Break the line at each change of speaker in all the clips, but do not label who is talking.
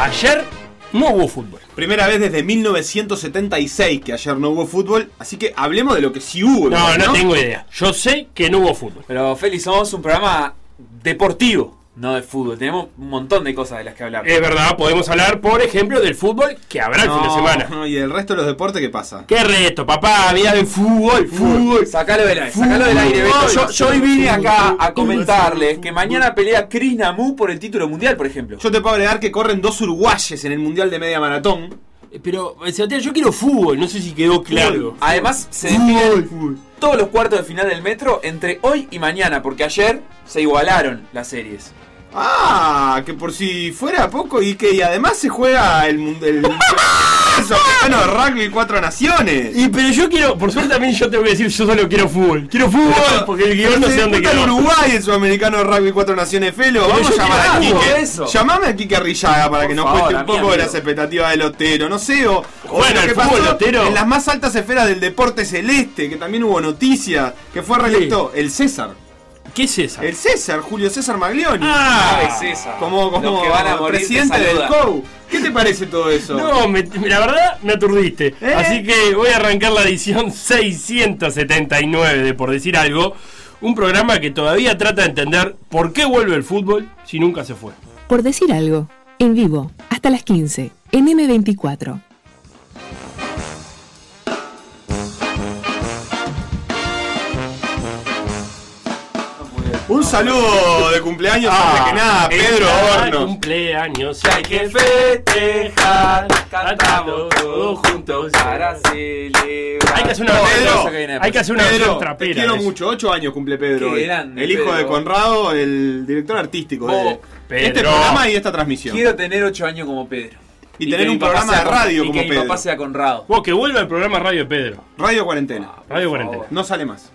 Ayer no hubo fútbol.
Primera vez desde 1976 que ayer no hubo fútbol, así que hablemos de lo que sí hubo.
No, no, tengo idea. Yo sé que no hubo fútbol.
Pero Félix, somos un programa deportivo, no de fútbol. Tenemos un montón de cosas de las que hablar.
Es verdad, podemos hablar, por ejemplo, del fútbol que habrá el fin de semana.
No, y el resto de los deportes, ¿qué pasa?
¿Qué reto, papá? Vida de fútbol, fútbol.
Sacalo del aire, sacalo del aire, Beto. Yo, yo hoy vine acá a comentarles que mañana pelea Chris Namu por el título mundial, por ejemplo.
Yo te puedo agregar que corren dos uruguayes en el Mundial de Media Maratón.
Eh, Pero, eh, Sebastián, yo quiero fútbol, no sé si quedó claro.
Además, se definen todos los cuartos de final del metro entre hoy y mañana, porque ayer se igualaron las series.
Ah, que por si fuera poco y que y además se juega el Mundial. de Rugby Cuatro Naciones.
Y pero yo quiero, por suerte también yo tengo que decir, yo solo quiero fútbol. Quiero fútbol, porque el guión no
se
sé dónde
disputa en
quedó.
Uruguay el sudamericano de rugby Cuatro naciones Felo. Vamos a
yo
llamar a
quiero
Quique.
eso.
Llamame a Quique Arrillaga para que nos
favor,
cuente
a
un
mí,
poco de
amigo.
las expectativas del Otero. No sé, o, o
Bueno,
lo
el
que
fútbol
pasó
Otero.
en las más altas esferas del deporte celeste, que también hubo noticias, que fue reelecto el César.
¿Qué es esa?
El César, Julio César Maglioni.
Ah,
Ah, es esa.
Como, como
Los que van a morir te
presidente del
saludan.
COU. ¿Qué te parece todo eso?
No, me- la verdad me aturdiste.
¿Eh?
Así que voy a arrancar la edición 679 de Por Decir Algo. Un programa que todavía trata de entender por qué vuelve el fútbol si nunca se fue.
Por decir algo, en vivo, hasta las 15, en M24.
Un saludo de cumpleaños antes que nada, Pedro
Ah, Está
Hornos.
cumpleaños.
Que hay que festejar, cantamos todos juntos para celebrar.
Hay que hacer una
Todo
Pedro,
eso que viene después.
Hay que hacer una
Pedro,
versión
te
trapera.
quiero
de eso.
mucho, 8 años cumple Pedro.
Qué
hoy.
grande,
el hijo
Pedro.
de Conrado, el director artístico
Oh,
de este
Pedro.
programa y esta transmisión.
Quiero tener 8 años como Pedro.
y tener
que
un
mi papá
programa de
sea con-
radio
y
como
que mi
Pedro.
papá sea Conrado.
Vos, que vuelva el programa Radio de Pedro.
Radio Cuarentena.
Ah.
Radio
Por favor.
Cuarentena.
No sale más.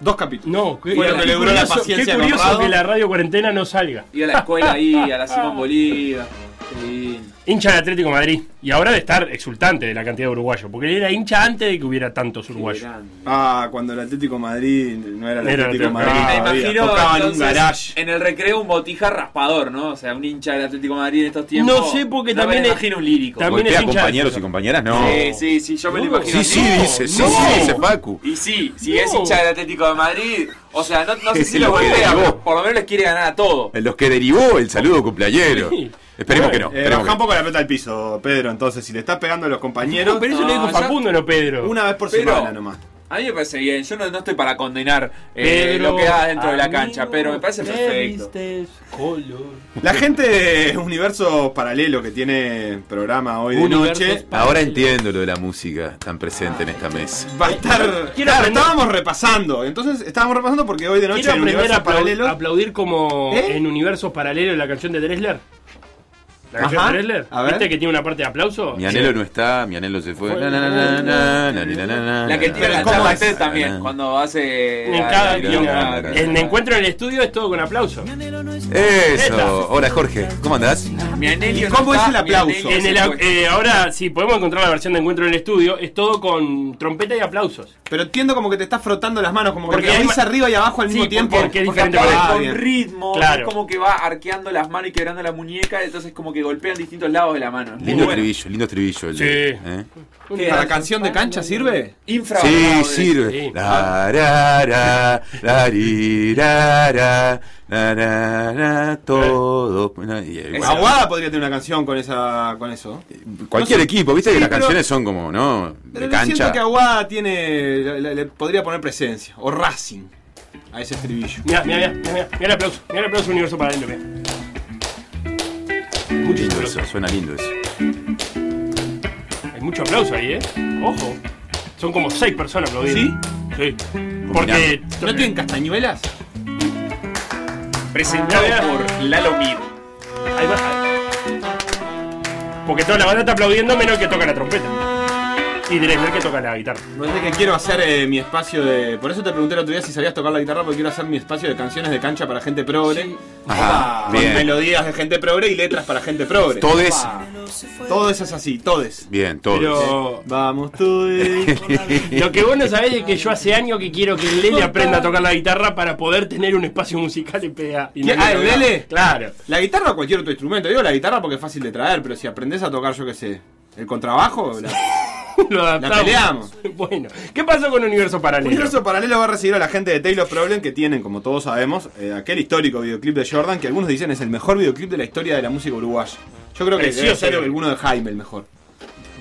Dos capítulos.
No, qué,
Fue lo que
qué
le duró la
curioso-
paciencia
qué
de
curioso
Conrado.
que la Radio Cuarentena no salga.
Ir a la escuela ahí, a la Simón Bolívar. Qué lindo.
Hincha de Atlético de Madrid. Y ahora de estar exultante de la cantidad de uruguayos. Porque él era hincha antes de que hubiera tantos
qué
uruguayos.
grande.
Ah, cuando el Atlético de Madrid no era el
Era el
Atlético de
Atlético de
Madrid.
Madrid.
Me
todavía.
imagino
Ah, Tocaban
entonces,
un garage.
en el recreo un botija raspador, ¿no? O sea, un hincha del Atlético de Madrid en estos tiempos.
No sé, porque
No
también
me
es-
imagino un lírico.
también- es
¿Golpea a
hincha de
compañeros
César.
y compañeras? No.
Sí, sí, sí, yo me lo
No.
imagino.
Sí, sí,
así.
dice, sí,
no.
sí, dice Facu.
Y sí, si
No.
es hincha del Atlético de Madrid, o sea, no, no sé
Es
si
lo
lo
que
golpea,
derivó.
pero por lo menos les quiere ganar a todo.
En los que derivó el saludo cumpleañero.
Sí.
Esperemos que no.
Eh,
esperemos
bajá un
que no.
poco la pelota al piso, Pedro. Entonces, si le estás pegando a los compañeros,
Ah, Pero eso lo dijo
No, ya-
Facundo, no Pedro.
una vez por
Pero-
semana nomás.
A mí me parece bien, yo no, no estoy para condenar eh,
Pedro,
lo que da dentro de la
amigo,
cancha, pero me parece
me
perfecto.
vistes color.
La gente de Universo Paralelo que tiene programa hoy de
Universos
noche
Ahora entiendo lo de la música tan presente en esta mesa.
va a estar.
Eh, Quiero
Claro,
aprender-
estábamos repasando. Entonces, estábamos repasando porque hoy de noche
Quiero
en
aprender
Universo
a aplau-
Paralelo.
aplaudir como
¿Eh?
en universos paralelos la canción de Dressler. La canción
Ajá,
de Dressler.
a ver.
¿Viste que tiene una parte de aplauso?
Mi anhelo no está, mi anhelo se fue.
Fue-
Na, na, na, na, na, na, na, na,
La que
na,
tira
na,
la
na,
charla
na,
a usted
na,
también,
na.
cuando hace...
En
la-
cada
la-
esquina.
la-
En encuentro en el estudio es todo con aplauso. Esa.
Eso. Hola Jorge, ¿cómo andás?
Mi anhelo
¿Y cómo
no
es
está,
el
mi
aplauso?
anhelo
En el,
se fue.
eh, ahora, si podemos encontrar la versión de encuentro en el estudio, es todo con trompeta y aplausos.
Pero entiendo como que te estás frotando las manos, como
Porque
que
hay
movís
ma-
arriba y abajo al
Sí,
mismo tiempo.
porque es
Porque
diferente
aparte
para- Ah,
con
bien.
ritmo,
Claro.
es como que va arqueando las manos y quebrando la muñeca, entonces como que golpean distintos lados de la mano. Es muy
Lindo
bueno.
estribillo, lindo estribillo. el de-
Sí.
¿eh?
¿Para canción de cancha sirve?
Infravalorado,
Sí,
eh.
sirve.
Sí.
La, ra, ra, la, ri, ra, ra, na, na, na, todo. na, y, eh, bueno,
Aguada podría tener una canción con esa con eso.
cualquier
no sé.
equipo, viste
Sí,
que las
pero-
canciones son como, ¿no?
Pero
De
yo siento
cancha.
que Aguada tiene. le- le- le podría poner presencia. O Racing. A ese estribillo.
Mira, mira, mira, mira el aplauso, mira el aplauso universo para adentro. mirá.
Muy lindo eso, suena lindo eso.
Hay mucho aplauso ahí, ¿eh? Ojo. Son como seis personas aplaudiendo. ¿Sí? Sí. Porque.
¿No tienen castañuelas?
Presentado por Lalo Mir. Ah, Ahí va. Porque toda la banda está aplaudiendo menos el que toca la trompeta. Y Drexler que toca la guitarra.
Vos sabés que quiero hacer eh, mi espacio de. Por eso te pregunté el otro día si sabías tocar la guitarra, porque quiero hacer mi espacio de canciones de cancha para gente progre.
Ajá,
Con
bien.
melodías de gente progre y letras para gente progre.
Todes.
Todo eso es así, todes.
Bien, todos.
Pero
Vamos, todes.
lo que vos no sabés es que yo hace años que quiero que Lele aprenda a tocar la guitarra para poder tener un espacio musical en PDA. Y
¿Qué?
no
Ah,
lo
¿el
logra.
Lele?
Claro.
La guitarra o cualquier otro instrumento. Digo la guitarra porque es fácil de traer, pero si aprendes a tocar, yo qué sé, el contrabajo, la-
Lo adaptamos.
peleamos.
Bueno, ¿qué pasó con Universo Paralelo?
Universo Paralelo va a recibir a la gente de Taylor Problem que tienen, como todos sabemos, eh, aquel histórico videoclip de Jordan que algunos dicen es el mejor videoclip de la historia de la música uruguaya. Yo creo que
Precioso.
debe ser alguno de Jaime el mejor.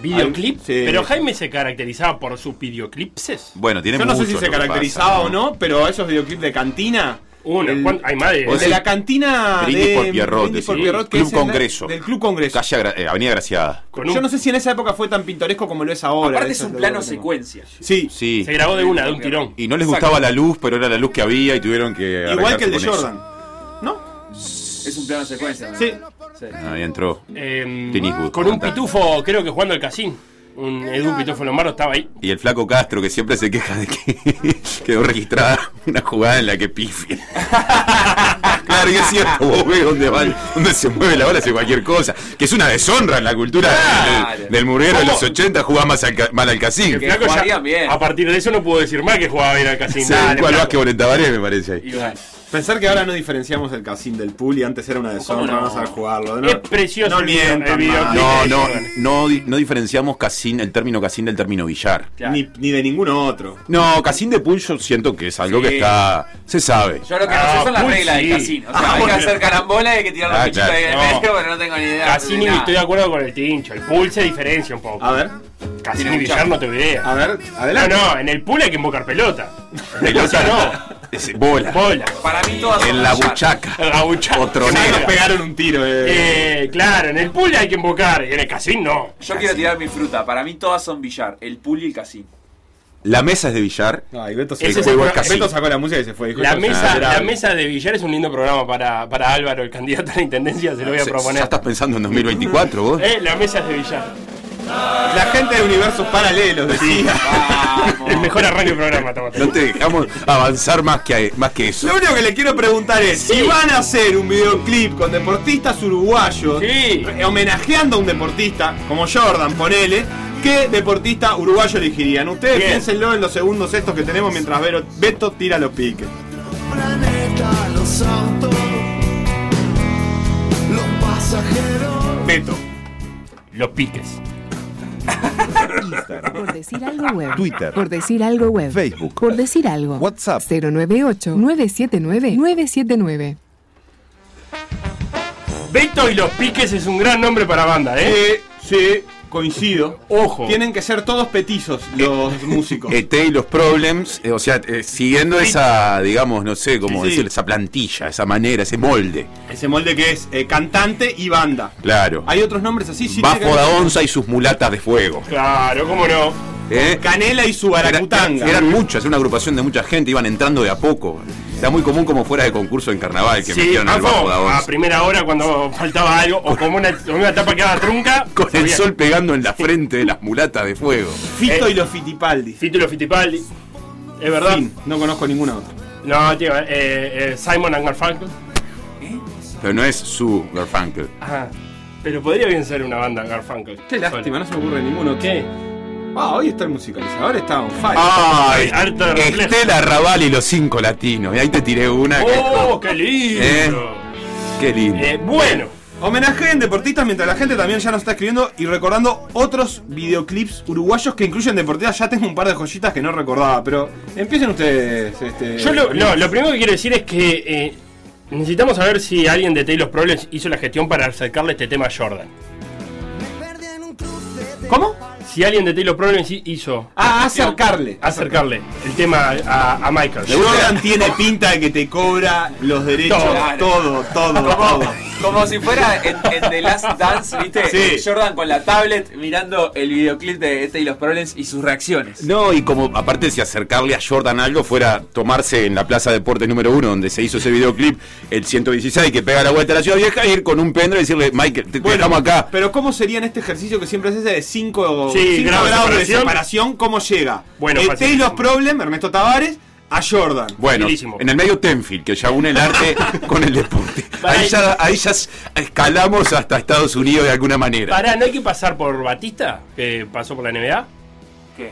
¿Videoclip?
Al- sí.
Pero Jaime se caracterizaba por sus videoclipses.
Bueno, tiene
Yo no sé si
mucho
se
lo que
caracterizaba
pasa,
o no, pero esos videoclips de cantina.
Uno,
el-
¿cuán- hay más de-
el de la cantina
Brindis
de
por Pierrot,
Brindis por
decís.
Pierrot, que
Club
es en la-
Congreso.
del Club Congreso.
Calle Agra- eh, Avenida Graciada.
Con un-
Yo no sé si en esa época fue tan pintoresco como lo es ahora.
Aparte es
eso
un
lo
plano
que tengo.
secuencia.
Sí,
Sí.
Se grabó de una, de un tirón.
Y no les gustaba la luz, pero era la luz que había y tuvieron que.
igual que el de
arreglarse con
Jordan. ¿No?
Es un plano secuencia. ¿no?
Sí.
Sí.
eso. Ahí entró.
Em,
Clint Eastwood,
con un
cantante.
pitufo, creo que jugando al casín. Un Edu Pitufo Lombardo estaba ahí.
Y el flaco Castro, que siempre se queja de que quedó registrada una jugada en la que pifia. claro, y es cierto, vos ves dónde, va, dónde se mueve la bola, hace cualquier cosa. Que es una deshonra en la cultura
Claro.
del, del murguero de los 80, jugaba más al ca- mal al casino.
El
Que jugarían bien.
A partir de eso no puedo decir más que jugaba bien al casín.
Sí,
Dale,
igual
flaco.
Vázquez en Tabaré, me parece ahí.
Y bueno,
Pensar que ahora no diferenciamos el casín del pool y antes era una deshonra,
no?
no? saber jugarlo. No,
Es precioso
No
el video-
mientan,
el videoclip.
man.
No, no, no, di- no diferenciamos casín, el término casín del término billar.
claro.
Ni, ni de ninguno otro.
No, casín de pool yo siento que es algo
Sí.
que está. se sabe.
Yo lo que
Ah,
no sé son las
pues
reglas
sí.
del casino. O sea,
Ah,
hay que
bueno.
hacer carambola y hay que tirar
Ah,
la fichita
claro.
ahí en el
No.
medio, pero no tengo ni idea.
Cassini,
de nada.
estoy de acuerdo con el tincho. El pool se diferencia un poco.
A ver,
Cassini
tiene mucha-
Villar no te idea.
a ver,
No,
Ah, adelante.
no, en el pool hay que invocar pelota. Pelota
Es
no,
bola.
bola.
Para mí todas son
En la
billar.
buchaca.
Gaucha.
Otro
Que
Que
más nos
negro.
pegaron un tiro. eh.
Eh, claro, en el pool hay que invocar, y en el casín no.
Yo quiero tirar mi fruta. Para mí todas son billar. El pool y el casino.
La mesa es de billar.
Ay, Beto,
Ese
sacó-
es el-
Beto
Casín.
sacó la música y se fue. dijo,
La
"Esto es
mesa, la
miserable".
mesa de billar es un lindo programa para, para Álvaro, el candidato a la intendencia, se lo voy a
Se- Ya
proponer.
estás pensando en 2024 vos.
Eh, la mesa es de billar.
La gente de universos paralelos decía.
El
Vamos.
mejor arranque del programa, Tomás.
No te dejamos avanzar más que, más que eso.
Lo único que le quiero preguntar es si van a hacer un videoclip con deportistas uruguayos
Sí.
eh, homenajeando a un deportista como Jordan, ponele. ¿Qué deportista uruguayo elegirían? Ustedes
Bien.
piénsenlo en los segundos estos que tenemos mientras Vero- Beto tira los piques.
planeta, los autos, los pasajeros.
Beto.
Los piques.
Por decir algo web.
Twitter.
Por decir algo web.
Facebook.
Por decir algo.
WhatsApp.
098-979-979.
Beto y los piques es un gran nombre para banda, ¿eh?
Eh, sí, coincido.
Ojo.
Tienen que ser todos petizos los músicos.
ET E y los problems, eh, o sea, eh, siguiendo esa, digamos, no sé cómo
Sí, sí.
decir, esa plantilla, esa manera, ese molde.
Ese molde que es eh, cantante y banda.
Claro.
Hay otros nombres así, sí. tiene
Bajo
que-
da onza y sus mulatas de fuego.
Claro, cómo no.
¿eh?
Canela y su
Era-
baracutanga.
eran muchas, era una agrupación de mucha gente, iban entrando de a poco. Era muy común como fuera de concurso en carnaval que
Sí,
metieron al
Papo,
bajo da
a
onza.
primera hora cuando faltaba algo, o como una, una tapa que daba trunca.
Con el
sabía.
sol pegando en la frente de las mulatas de fuego.
Fito
eh.
y los Fitipaldi.
Título Fittipaldi. Es verdad.
Fin, no conozco ninguna otra.
No, tío, eh, eh, Simon and Garfunkel.
Pero no es su Garfunkel.
Ajá. Pero podría bien ser una banda Garfunkel.
Qué lástima, no se me ocurre ninguno.
¿Qué?
Ah, hoy está el musicalizador, está on fire.
Ah. ¡Ay!
Arte de reflejo.
Estela Raval y los cinco latinos. Y ahí te tiré una.
¡Oh, qué lindo!
que- ¡Qué lindo!
Eh, bueno,
Homenaje en deportistas mientras la gente también ya nos está escribiendo y recordando otros videoclips uruguayos que incluyen deportistas. Ya tengo un par de joyitas que no recordaba, pero empiecen ustedes. Este,
yo lo, no, lo primero que quiero decir es que eh, necesitamos saber si alguien de Taylor's Problems hizo la gestión para acercarle este tema a Jordan.
¿Cómo?
Si alguien de Taylor's Problems hi- hizo
Ah, acercarle.
acercarle el tema a, a Michael.
Jordan tiene pinta de que te cobra los derechos,
Todo.
todo, todo, todo.
Oh, Como si fuera en, en The Last Dance, ¿viste?
Sí.
Jordan con la tablet mirando el videoclip de este y los Problems y sus reacciones.
No, y como aparte si acercarle a Jordan algo fuera tomarse en la Plaza Deporte número uno, donde se hizo ese videoclip, el 116, que pega la vuelta a la ciudad vieja, ir con un pendrive y decirle, Michael, te, te dejamos acá.
Pero ¿cómo sería en este ejercicio que siempre haces de 5
Sí, grado de
grados de
separación.
separación? ¿Cómo llega?
Bueno,
Eh,
fácil.
Taylor's Problem, Ernesto Tavares, a Jordan.
Bueno,
Facilísimo.
en el medio Tenfield, que ya une el arte con el deporte.
Para
Ahí
ahí.
ya, ahí ya s- escalamos hasta Estados Unidos de alguna manera.
Pará, ¿no hay que pasar por Batista? Que pasó por la NBA.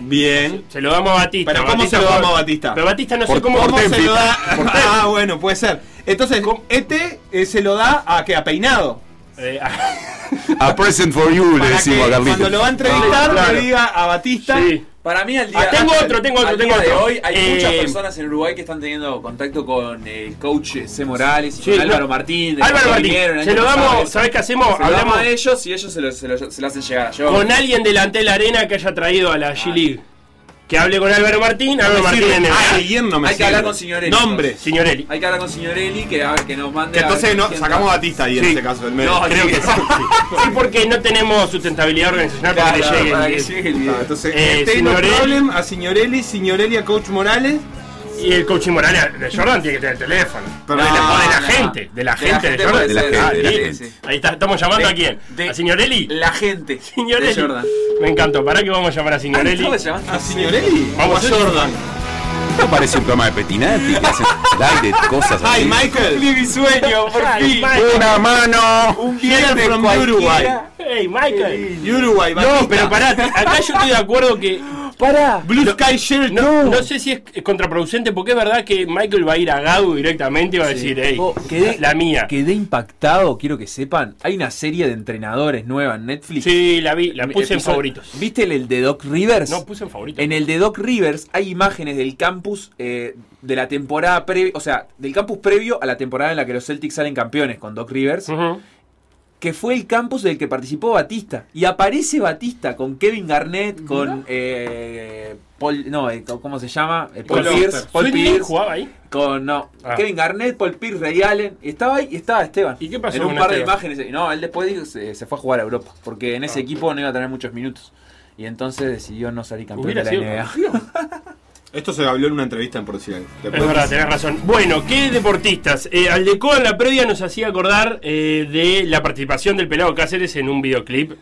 Bien.
Se lo damos a Batista.
Pero ¿cómo
Batista
se lo
fue-
damos a Batista?
Pero Batista no
Por-
sé cómo.
por
cómo se
Tenfield.
lo da- Por
Ah, bueno, puede ser. Entonces, este eh, se lo da a que a peinado.
Eh, ah,
A present for you, le
Para
decimos
que
a Carlitos.
cuando lo va a entrevistar,
Ah, claro.
le diga a Batista.
sí.
Para mí, al día,
Ah, tengo
al-
otro, tengo otro,
al
tengo
día de
otro.
hoy hay muchas
Eh,
personas en Uruguay que están teniendo contacto con el coach eh, C. Morales y
Sí,
con
no.
Álvaro Martín. de
Álvaro
cuando
Martín,
vinieron el
se
año
lo
pasado.
damos, ¿sabés qué hacemos?
Se lo damos
Hablamos-
a ellos y ellos se lo, se lo- se lo hacen llegar a Jordan.
Con alguien delante de la arena que haya traído a
Ah.
la G-League. Que hable con Álvaro Martín, Álvaro
No me
Martín
sirve.
en el.
Ah, Guillén no me
Hay que
sirve.
hablar con señores.
Nombres.
Signorelli.
Hay que hablar con señorelli que, a ver, que nos mande.
Que
a ver
entonces no,
quién-
sacamos a Batista ahí en
Sí.
este caso del medio.
No,
Creo que
sí.
sí. Sí, porque no tenemos sustentabilidad organizacional para
Claro,
que llegue.
para
el-
que llegue el video.
Ah, entonces,
Eh,
Taylor
Signorelli.
Problem a Signorelli, Signorelli a Coach Morales.
Y el coaching moral de Jordan tiene que tener el teléfono.
Pero
de, la,
no,
de la
no.
gente, de la
De la
gente de,
gente
Jordan.
puede
ser, de la
Ah,
gente, de la
sí.
gente.
Ahí está, estamos llamando a quién?
de-
a Signorelli.
La gente.
Signorelli.
De Jordan.
Me encantó. ¿Para qué vamos a llamar a Signorelli?
¿Cómo se llama?
¿A Signorelli?
Vamos
o a
a-
Jordan.
¿No parece un programa de Petinati que hacen live de cosas
Ay,
así?
Michael.
mi sueño, por
Ay,
fin.
Michael.
¡Una mano!
Here from Uruguay.
Hey, Michael.
Uruguay,
No,
Batista.
pero pará, acá yo estoy de acuerdo que
Blue Sky Shell
no, no sé si es contraproducente porque es verdad que Michael va a ir a Gadu directamente y va a decir, hey,
Oh, quedé-
la mía.
Quedé impactado, quiero que sepan. Hay una serie de entrenadores nueva en Netflix.
Sí, la vi, la puse en
Episodio-
favoritos.
¿Viste el, el de Doc Rivers?
No, puse en favoritos.
En el de Doc Rivers hay imágenes del campus eh, de la temporada previa, o sea, del campus previo a la temporada en la que los Celtics salen campeones con Doc Rivers,
Ujú.
que fue el campus del que participó Batista. Y aparece Batista con Kevin Garnett, con eh, Paul, no, eh, ¿cómo se llama? Eh, Paul
Paul
Pierce,
Auster.
Paul
Sweeney
Pierce,
jugaba ahí.
con no,
Ah.
Kevin Garnett, Paul Pierce, Ray Allen. Y Estaba ahí y estaba Esteban.
¿Y qué pasó
En un
con
par
Esteban?
de imágenes. eh, No, él después dijo, se, se fue a jugar a Europa. Porque en ese
Ah.
equipo no iba a tener muchos minutos. Y entonces decidió no salir campeón
Hubiera
de la
sido
NBA.
Esto se habló en una entrevista en Portugal.
Es verdad, tenés razón. Bueno, ¿qué deportistas? Eh, Aldecoa en la previa nos hacía acordar eh, de la participación del pelado Cáceres en un videoclip.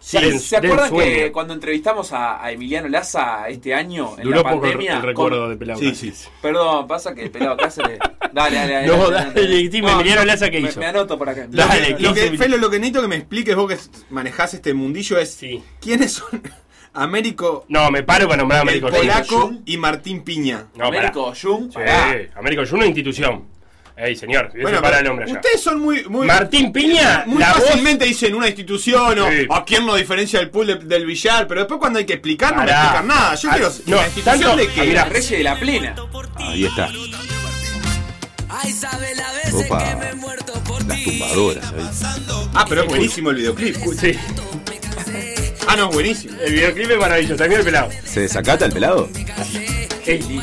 Sí,
del-
¿Se
del
acuerdan
sueño.
que cuando entrevistamos a, a Emiliano Laza este año en
Duró
la
poco el,
pandemia?
el recuerdo
con-
de pelado
Sí, sí.
Cáceres.
Perdón, pasa que pelado Cáceres. Dale, dale, dale.
No,
dale,
dale,
dale.
dime, Emiliano Laza, ¿qué
me-
hizo?
Me anoto por acá.
La- Dale,
Eh,
15
lo que,
mil-
Felo, lo que necesito que me expliques vos que s- manejás este mundillo es
Sí.
quiénes son Américo,
No, me paro para nombrar a
el
Américo Junior.
Polaco
Jun.
y Martín Piña.
No, pará.
Américo Jung.
Sí,
pará.
Américo Junior, una institución. Ey, señor, se
Bueno,
para el
pero
nombre allá.
ustedes son muy, muy
Martín Piña,
muy
la voz
fácilmente dicen una institución o
Sí.
a quién nos diferencia del pool de- del billar, pero después cuando hay que explicar no me
Pará.
explican nada. Yo
Ah,
quiero
no,
la institución
tanto-
de que
ah,
La
mirá.
Reyes de la Plena.
Ahí está. Ropa. Las tumbadoras, ¿sabes?
Ah, pero es buenísimo el videoclip.
Sí,
Ah, no, es buenísimo.
el videoclip es maravilloso. También el pelado.
¿Se desacata el pelado?
Ey,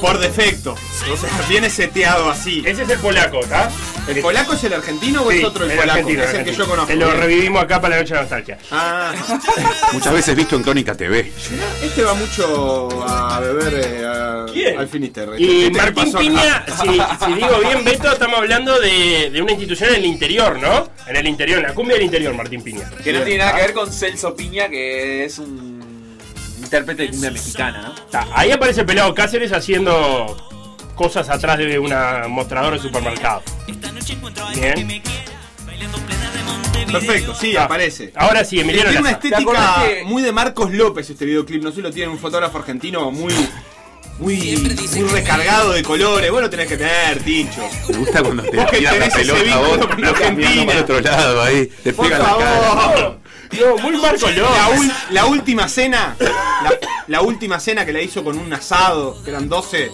Por defecto. O sea, viene seteado así.
ese es el polaco, ¿está?
¿El polaco es el argentino o es
Sí,
otro el,
el
polaco?
argentino,
es el que
argentino.
yo conozco.
Te lo revivimos acá para la noche de nostalgia.
Ah,
Muchas veces visto en Crónica TV.
este va mucho a beber eh, a-
¿Quién?
al Finisterre.
Y
Este que
Martín
pasó acá.
Piña, si, si digo bien, Beto, estamos hablando de, de una institución en el interior, ¿no? En el interior, en la cumbia del interior, Martín Piña.
Que no tiene nada que ver con Celso Piña, que es un intérprete de cumbia mexicana, ¿no?
Está, ahí aparece el pelado Cáceres haciendo cosas atrás de una mostradora de supermercado. Bien.
Perfecto, sí,
Ah,
aparece.
Ahora sí, Emiliano
tiene una
Laza.
¿Te acordás
estética
que-
muy de Marcos López este videoclip. No sé, lo tiene un fotógrafo argentino muy. Muy, muy recargado de colores. Vos lo tenés que tener, Tincho.
Me gusta cuando te
Vos que
tiran la
tenés ese
pelota a vos,
vínculo con
no, caminando
Argentina.
para otro lado ahí, te
Por
pegan la cara.
favor.
No, Oh, muy Marco
La,
López.
ul- la última cena. La, la última cena que la hizo con un asado. Que eran 12.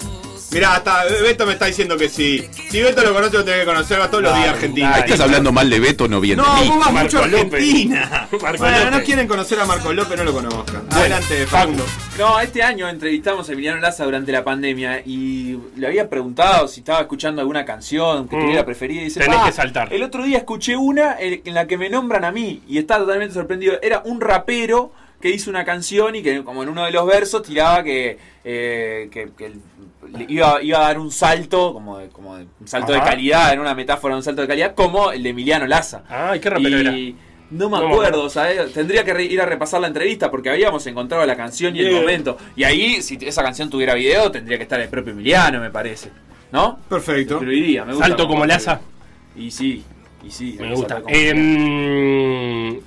Mirá, hasta Beto me está diciendo que sí. Si Beto lo conoce, lo tiene que conocer. Va todos los días a Argentina.
Ah, estás hablando mal de Beto, no bien de
No,
mí.
vos vas
Marco
mucho a Argentina.
López. Marco
Bueno, no
López.
quieren conocer a Marco López, no lo conozcan. Adelante, Facundo.
No, este año entrevistamos a Emiliano Laza durante la pandemia y le había preguntado si estaba escuchando alguna canción que
Mm.
tuviera preferida. Y dice,
Tenés
"Ah,
que saltar".
El otro día escuché una eh, en en la que me nombran a mí y estaba totalmente sorprendido. Era un rapero que hizo una canción y que como en uno de los versos tiraba que, eh, que- que el- le iba, iba a dar un salto, como, de- como de- un salto de
Ajá.
calidad, en una metáfora de un salto de calidad, como el de Emiliano Laza.
Ay, qué rapero era.
Y No me
No me
acuerdo,
acuerdo.
¿sabes? Tendría que re- ir a repasar la entrevista porque habíamos encontrado la canción y el
Bien.
momento. Y ahí, si esa canción tuviera video, tendría que estar el propio Emiliano, me parece. ¿No?
Perfecto.
Fluiría, me gusta.
Salto como Laza.
Y sí, y sí.
Me
hay que
gusta.
saltar como Laza.
Eh,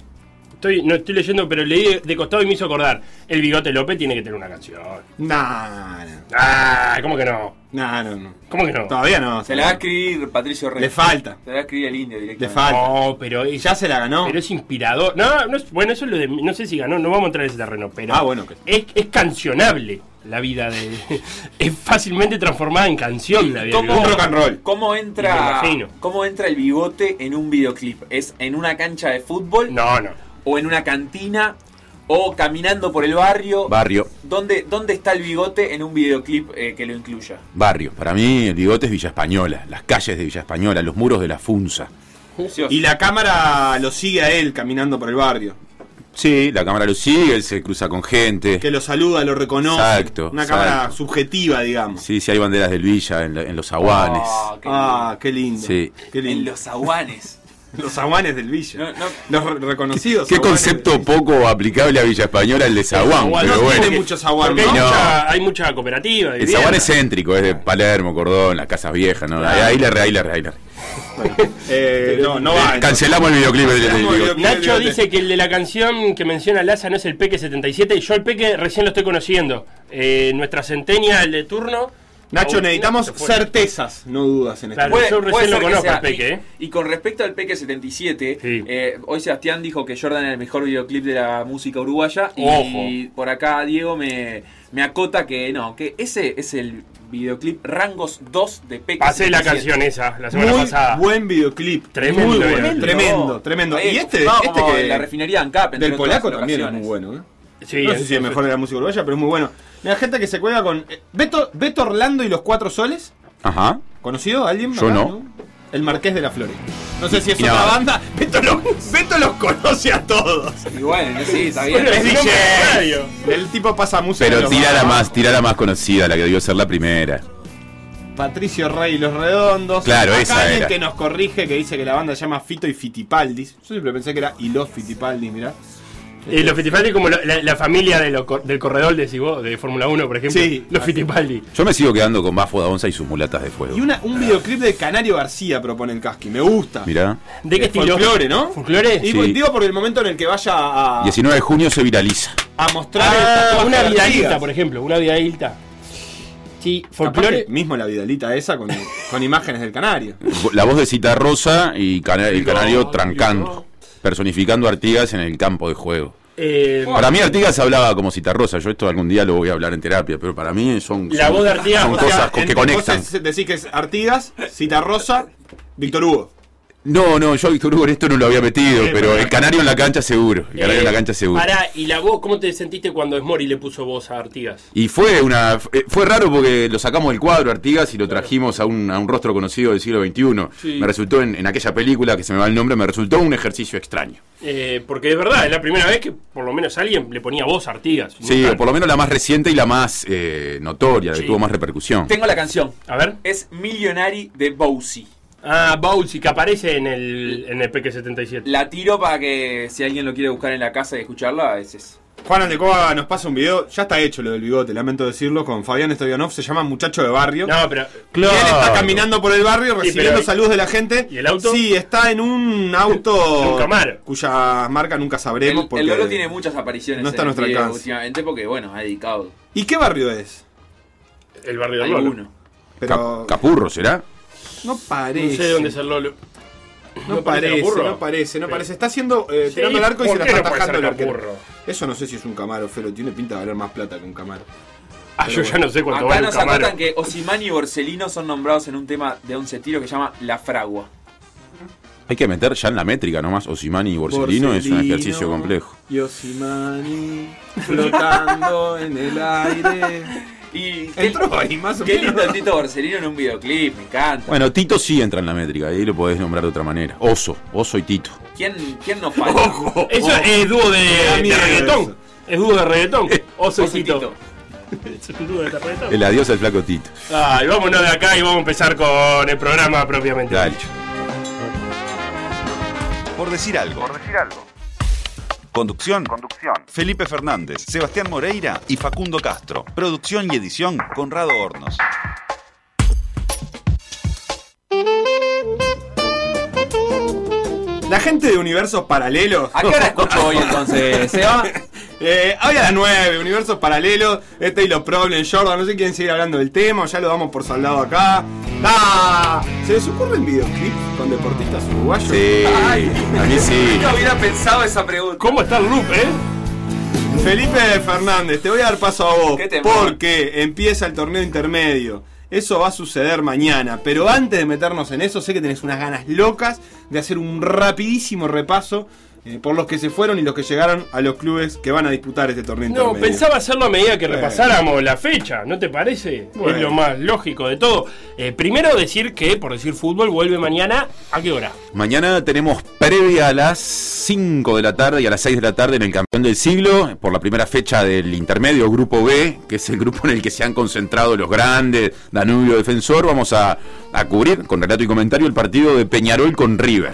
estoy, no estoy leyendo, pero leí de costado y me hizo acordar. El Bigote López tiene que tener una canción.
Nah, no.
Ah, ¿cómo que no?
Nah, no, no.
¿Cómo que no?
Todavía no.
Se la
Em,
va a escribir Patricio Rey.
Le falta.
Se la va a escribir el indio directamente.
Le falta.
No, pero es,
Ya se la ganó.
pero es inspirador. No, no es- bueno, eso es lo de. No sé si ganó, no vamos a entrar en ese terreno, pero.
Ah, bueno, que-
Es, es cancionable la vida de. es fácilmente transformada en canción la vida de
Un
Bigote.
rock and roll.
¿Cómo entra,
Me imagino.
¿Cómo entra el bigote en un videoclip? ¿Es en una cancha de fútbol?
No, no.
¿O en una cantina? ¿O caminando por el barrio?
Barrio,
¿Dónde, ¿Dónde está el bigote en un videoclip eh, que lo incluya?
barrio. Para mí, el bigote es Villa Española, las calles de Villa Española, los muros de la Funza.
Precioso.
Y la cámara lo sigue a él caminando por el barrio.
Sí, la cámara lo sigue, él se cruza con gente.
Que lo saluda, lo reconoce.
Exacto,
Una cámara
exacto.
subjetiva, digamos.
Sí, sí, hay banderas del Villa en, la- en los aguanes.
Ah, qué
Ah, qué lindo.
Sí.
Qué
lindo. en
lindo.
los aguanes.
Los aguanes del Villa.
No, no.
Los re- reconocidos.
Qué
aguanes
concepto
del Villa.
poco aplicable a Villa Española el de Zaguán,
Zaguán
pero
no
bueno.
tiene muchos aguanes.
Porque hay,
No.
mucha, hay mucha cooperativa. de
El
vivienda.
Zaguán es céntrico, es de Palermo, Cordón, las casas viejas, ¿no? Ahí, ahí la re, ahí la re, ahí la re.
Eh, no, no va.
Cancelamos el videoclip del- del
Cancelamos el
bigote.
videoclip.
Nacho dice que el de la canción que menciona Laza no es el Peque 77. Yo el Peque recién lo estoy conociendo. Eh, nuestra centenia, el de turno.
Nacho,
Aún-
necesitamos
se fue.
certezas, no dudas en
Claro.
este
Yo recién lo
ser que
conozco
sea.
al Peque, ¿eh?
Y, y con respecto al Peque 77,
Sí.
eh, hoy Sebastián dijo que Jordan era el mejor videoclip de la música uruguaya. Y por acá Diego me, me acota que no, que ese es el videoclip Rangos 2 de Peque
Pasé la
77.
canción esa la semana
Muy
pasada.
buen videoclip.
Tremendo
Muy
videoclip.
bueno. Tremendo, tremendo.
Ahí
Y este,
fumaba
este
como
que
en la refinería ANCAP. entre
del
otras
polaco también es
ocasiones.
muy bueno. ¿eh?
Sí,
no sé si es mejor de la música uruguaya, pero es muy bueno. Mira, gente que se cuelga con. eh, Beto, Beto Orlando y los cuatro soles.
Ajá.
¿Conocido alguien?
Yo no.
El Marqués de la Flores. No sé si es
Y
otra
nada.
banda. Beto los, Beto los conoce a todos.
Y bueno, sí, está bien.
Bueno,
Es
es
DJ.
DJ. Radio.
El tipo pasa música. en
Pero
los
tira la
bares.
más, tira la más conocida, la que debió ser la primera.
Patricio Rey y los Redondos.
Claro,
Acá
esa
alguien
era.
que nos corrige que dice que la banda se llama Fito y Fitipaldis. Yo siempre pensé que era y los Fitipaldis, mirá.
Eh, los Fittipaldi como la, la- la familia de lo cor- del corredor de vos, de Fórmula 1, por ejemplo.
Sí.
Los Fittipaldi.
Yo me sigo quedando con Bafo da Onza y sus mulatas de fuego.
Y una- un videoclip de Canario García propone el Casqui. Me gusta.
Mirá.
¿De qué
Es
estilo?
folclore, ¿no?
¿Folclore?
Y
Sí.
pues, digo por el momento en el que vaya a,
19 de junio se viraliza.
a mostrar el
Ah,
tatuaje
una
de
vidalita,
Artigas.
por ejemplo. Una vidalita. Sí,
Capaz
folclore.
que mismo la vidalita esa con, con imágenes del canario.
La voz de Cita Rosa y cana- el canario trancando, personificando a Artigas en el campo de juego.
eh,
Para mí Artigas hablaba como Cita Rosa, yo esto algún día lo voy a hablar en terapia, pero para mí son,
La
son-
voz de Artigas-
son
o
cosas
sea,
con- que
entre
conectan.
vos es- decís que es Artigas, Cita Rosa, Víctor Hugo.
No, no, yo a Víctor Hugo en esto no lo había metido, pero el canario en la cancha seguro, el canario en la cancha seguro.
eh, Pará, ¿y la voz? ¿Cómo te sentiste cuando Esmori le puso voz a Artigas?
Y fue una eh, fue raro porque lo sacamos del cuadro Artigas y lo trajimos a un, a un rostro conocido del siglo XXI. Me resultó en, en aquella película que se me va el nombre, me resultó un ejercicio extraño.
Eh, porque es verdad, es la primera vez que por lo menos alguien le ponía voz a Artigas.
Sí,
Nunca.
o por lo menos la más reciente y la más eh, notoria, la que
Sí.
tuvo más repercusión.
Tengo la canción.
A ver.
Es Millionary de Bowsy.
Ah, Bowsy, que aparece en el, en el PK77.
La tiro para que si alguien lo quiere buscar en la casa y escucharla, es eso.
Juan Andecoa nos pasa un video, ya está hecho lo del bigote, lamento decirlo, con Fabián Estodianov, se llama Muchacho de Barrio.
No, pero.
Y él está
Claro.
caminando por el barrio
Sí,
recibiendo
pero-
saludos de la gente.
¿Y el auto?
Sí, está en un
En
auto
un Camaro.
cuya marca nunca
El,
sabremos.
el
porque...
Lolo tiene muchas apariciones
no está
en
a nuestro
el video
alcance.
últimamente porque, bueno, ha dedicado
¿Y qué barrio es?
El barrio del Lolo.
alguno.
Pero
Cap- Capurro, ¿será?
no
No
parece.
sé dónde es el Lolo.
No
¿No
parece,
parece Capurro?
no parece, no
Sí.
parece. Está haciendo, eh,
Sí,
tirando el arco y
¿por
se la
qué
está
no puede
atajando
ser
el arquero.
Capurro?
Eso no sé si es un Camaro, Felo. Tiene pinta de valer más plata que un Camaro.
Ah,
Pero
yo ya
bueno.
no sé cuánto
Acá
vale un
nos
Camaro.
acotan que Osimani y Borsellino son nombrados en un tema de 11 tiros que se llama La Fragua.
Hay que meter ya en la métrica nomás. Osimani y Borsellino es un
Borsellino,
ejercicio complejo.
Y Osimani flotando en el aire.
Y qué,
Entró ahí más o
qué lindo el
menos.
Tito Borsellino en un videoclip, me encanta.
Bueno, Tito sí entra en la métrica, ahí lo podés nombrar de otra manera. Oso, Oso y Tito.
¿Quién, quién nos falta? Ojo,
Eso es dúo de,
da
de
miedo
reggaetón.
eso.
Es dúo de reggaetón. Oso y
Tito.
Tito. Es un dúo de reggaetón.
El adiós al flaco Tito.
Ay, vámonos de acá y vamos a empezar con el programa propiamente.
Dale.
Por decir algo.
Por decir algo.
Conducción.
Conducción.
Felipe Fernández, Sebastián Moreira y Facundo Castro. Producción y edición, Conrado Hornos.
La gente de universos paralelos.
¿A qué hora escucho hoy entonces, Seba?
Eh, hoy a las 9, universos paralelos. Este y los Problem, Jordan. No sé quién seguir hablando del tema. Ya lo damos por saldado acá. ¡Ah! ¿Se les ocurren videoclips con deportistas uruguayos?
Sí, a mí sí.
No hubiera pensado esa pregunta.
¿Cómo está el loop, eh?
Felipe Fernández, te voy a dar paso a vos.
Qué temor.
Porque empieza el torneo intermedio. Eso va a suceder mañana. Pero antes de meternos en eso, sé que tenés unas ganas locas de hacer un rapidísimo repaso eh, por los que se fueron y los que llegaron a los clubes que van a disputar este torneo
No,
intermedio.
pensaba hacerlo a medida que
Bueno.
repasáramos la fecha, ¿no te parece?
Bueno.
Es lo más lógico de todo. Eh, primero decir que, por decir fútbol, vuelve mañana. ¿A qué hora?
Mañana tenemos previa a las 5 de la tarde y a las 6 de la tarde en el Campeón del Siglo, por la primera fecha del intermedio Grupo B, que es el grupo en el que se han concentrado los grandes, Danubio Defensor. Vamos a, a cubrir con relato y comentario el partido de Peñarol con River.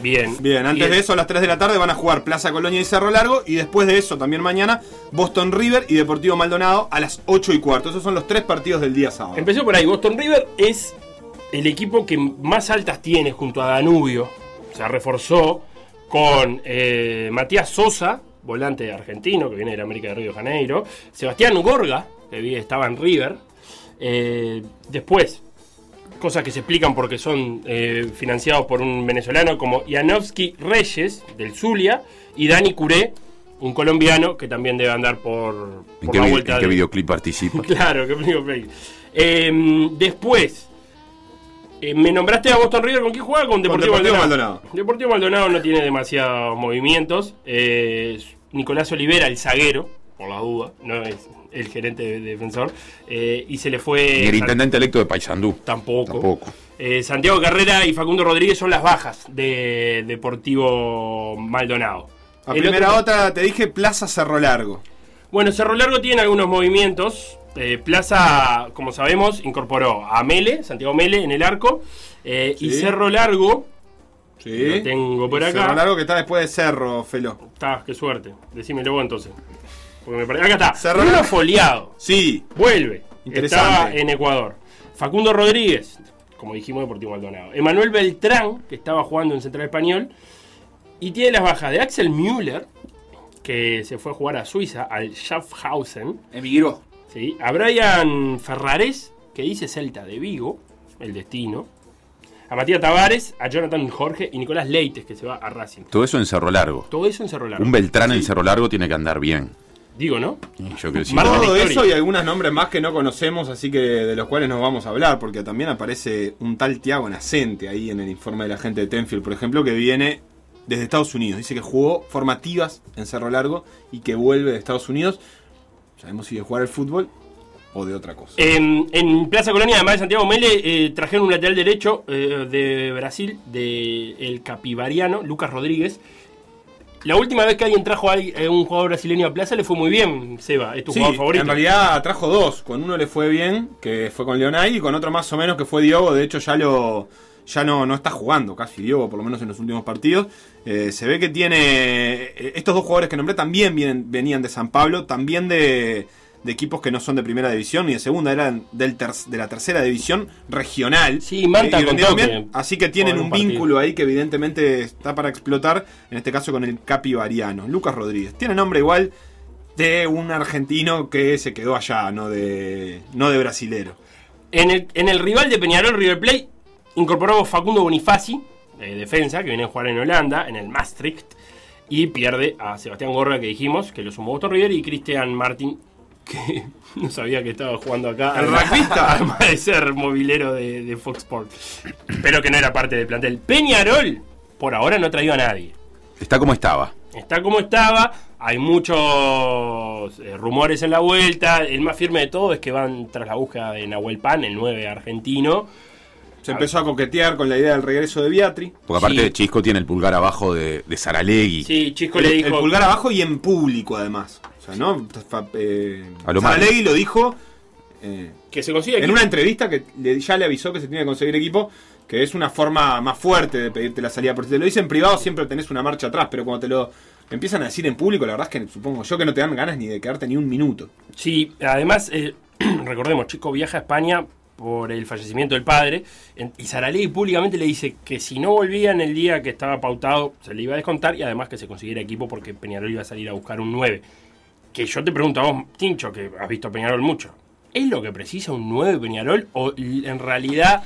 Bien.
Bien, antes
Y-
de eso, a las 3 de la tarde van a jugar Plaza Colonia y Cerro Largo. Y después de eso, también mañana, Boston River y Deportivo Maldonado a las 8 y cuarto. Esos son los tres partidos del día sábado.
Empezó por ahí. Boston River es el equipo que más altas tiene junto a Danubio. Se reforzó con eh, Matías Sosa, volante argentino que viene de la América de Río de Janeiro. Sebastián Gorga, que vi- estaba en River. Eh, después, cosas que se explican porque son eh, financiados por un venezolano como Yanovsky Reyes, del Zulia, y Dani Curé, un colombiano que también debe andar por,
¿En
por
qué,
la
vi-
vuelta
en qué
de-
videoclip participa?
Claro, que Flick of Flick. Eh, después, eh, me nombraste a Boston River con quién juega con Deportivo,
Deportivo
Maldonado.
Maldonado.
Deportivo Maldonado no tiene demasiados movimientos. Eh, Nicolás Olivera, el zaguero, por la duda, no es el gerente de- de defensor. Eh, y se le fue.
Ni el intendente electo de Paysandú.
Tampoco.
Tampoco.
Eh, Santiago Carrera y Facundo Rodríguez son las bajas de Deportivo Maldonado.
A
El
primera
otro-
otra te dije Plaza Cerro Largo.
bueno, Cerro Largo tiene algunos movimientos. Eh, Plaza, como sabemos, incorporó a Mele, Santiago Mele, en el arco. Eh, Y
Sí.
Cerro Largo,
Sí.
Lo tengo por acá.
Cerro Largo que está después de Cerro, Felo.
está, qué suerte. Decímelo vos entonces. Porque me pare- Acá está.
Cerro
Bruno
Largo.
Foliado.
Sí.
Vuelve.
Interesante.
Estaba en Ecuador. Facundo Rodríguez, como dijimos, Deportivo Maldonado. Emanuel Beltrán, que estaba jugando en Central Español. Y tiene las bajas de Axel Müller, que se fue a jugar a Suiza, al Schaffhausen.
Emigró.
Sí, a Brian Ferrares, que dice Celta de Vigo, el destino. A Matías Tavares, a Jonathan Jorge y Nicolás Leites, que se va a Racing.
Todo eso en Cerro Largo.
Todo eso en Cerro Largo.
Un Beltrán en Cerro Largo tiene que andar bien.
Digo, ¿no?
Yo creo que sí.
Marca la
Todo
historia.
eso y algunos nombres más que no conocemos, así que de los cuales nos vamos a hablar, porque también aparece un tal Tiago Nacente ahí en el informe de la gente de Tenfield, por ejemplo, que viene desde Estados Unidos. Dice que jugó formativas en Cerro Largo y que vuelve de Estados Unidos. Sabemos si de jugar al fútbol o de otra cosa.
En, en Plaza Colonia, además de Santiago Mele, eh, trajeron un lateral derecho eh, de Brasil, del el capivariano, Lucas Rodríguez. La última vez que alguien trajo a alguien- a un jugador brasileño a Plaza le fue muy bien, Seba. Es tu
Sí,
jugador favorito.
En realidad trajo dos. Con uno le fue bien, que fue con Leonay, y con otro más o menos que fue Diogo. De hecho, ya lo. Ya no, no está jugando casi Diogo, por lo menos en los últimos partidos. Eh, se ve que tiene. eh, Estos dos jugadores que nombré también vienen- venían de San Pablo, también de, de equipos que no son de primera división ni de segunda, eran del ter- de la tercera división regional.
Sí, Manta
Eh, y vendieron
contó que
bien, así que tienen
jugaron
un
un partido.
vínculo ahí que evidentemente está para explotar, en este caso con el capivariano, Lucas Rodríguez. Tiene nombre igual, de un argentino que se quedó allá, no de, no de brasilero.
En el, en el rival de Peñarol River Plate incorporó Facundo Bonifaci, de defensa, que viene a jugar en Holanda, en el Maastricht, y pierde a Sebastián Gorra, que dijimos, que lo sumó Boston River, y Cristian Martín, que no sabía que estaba jugando acá.
El rugbyista.
Además de ser movilero de, de Fox Sports. Pero que no era parte del plantel. Peñarol, por ahora no ha traído a nadie.
Está como estaba.
Está como estaba, hay muchos eh, rumores en la vuelta. El más firme de todo es que van tras la búsqueda de Nahuel Pan, el 9 argentino.
Se empezó a coquetear con la idea del regreso de Beatri.
Porque aparte
Sí.
Chisco tiene el pulgar abajo de, de Saralegui.
Sí, Chisco
El,
le dijo.
el pulgar abajo y en público, además. O sea, ¿no? Fa- Eh,
A lo
Saralegui lo dijo eh,
que se consigue
en una entrevista que le- ya le avisó que se tiene que conseguir equipo, que es una forma más fuerte de pedirte la salida. Porque si te lo dicen en privado siempre tenés una marcha atrás, pero cuando te lo empiezan a decir en público, la verdad es que supongo yo que no te dan ganas ni de quedarte ni un minuto.
Sí, además, eh, recordemos, Chico viaja a España por el fallecimiento del padre en- y Saralegui públicamente le dice que si no volvía en el día que estaba pautado se le iba a descontar y además que se consiguiera equipo porque Peñarol iba a salir a buscar un 9. Que yo te pregunto a vos, Tincho, que has visto a Peñarol mucho, ¿es lo que precisa un 9 Peñarol o l- en realidad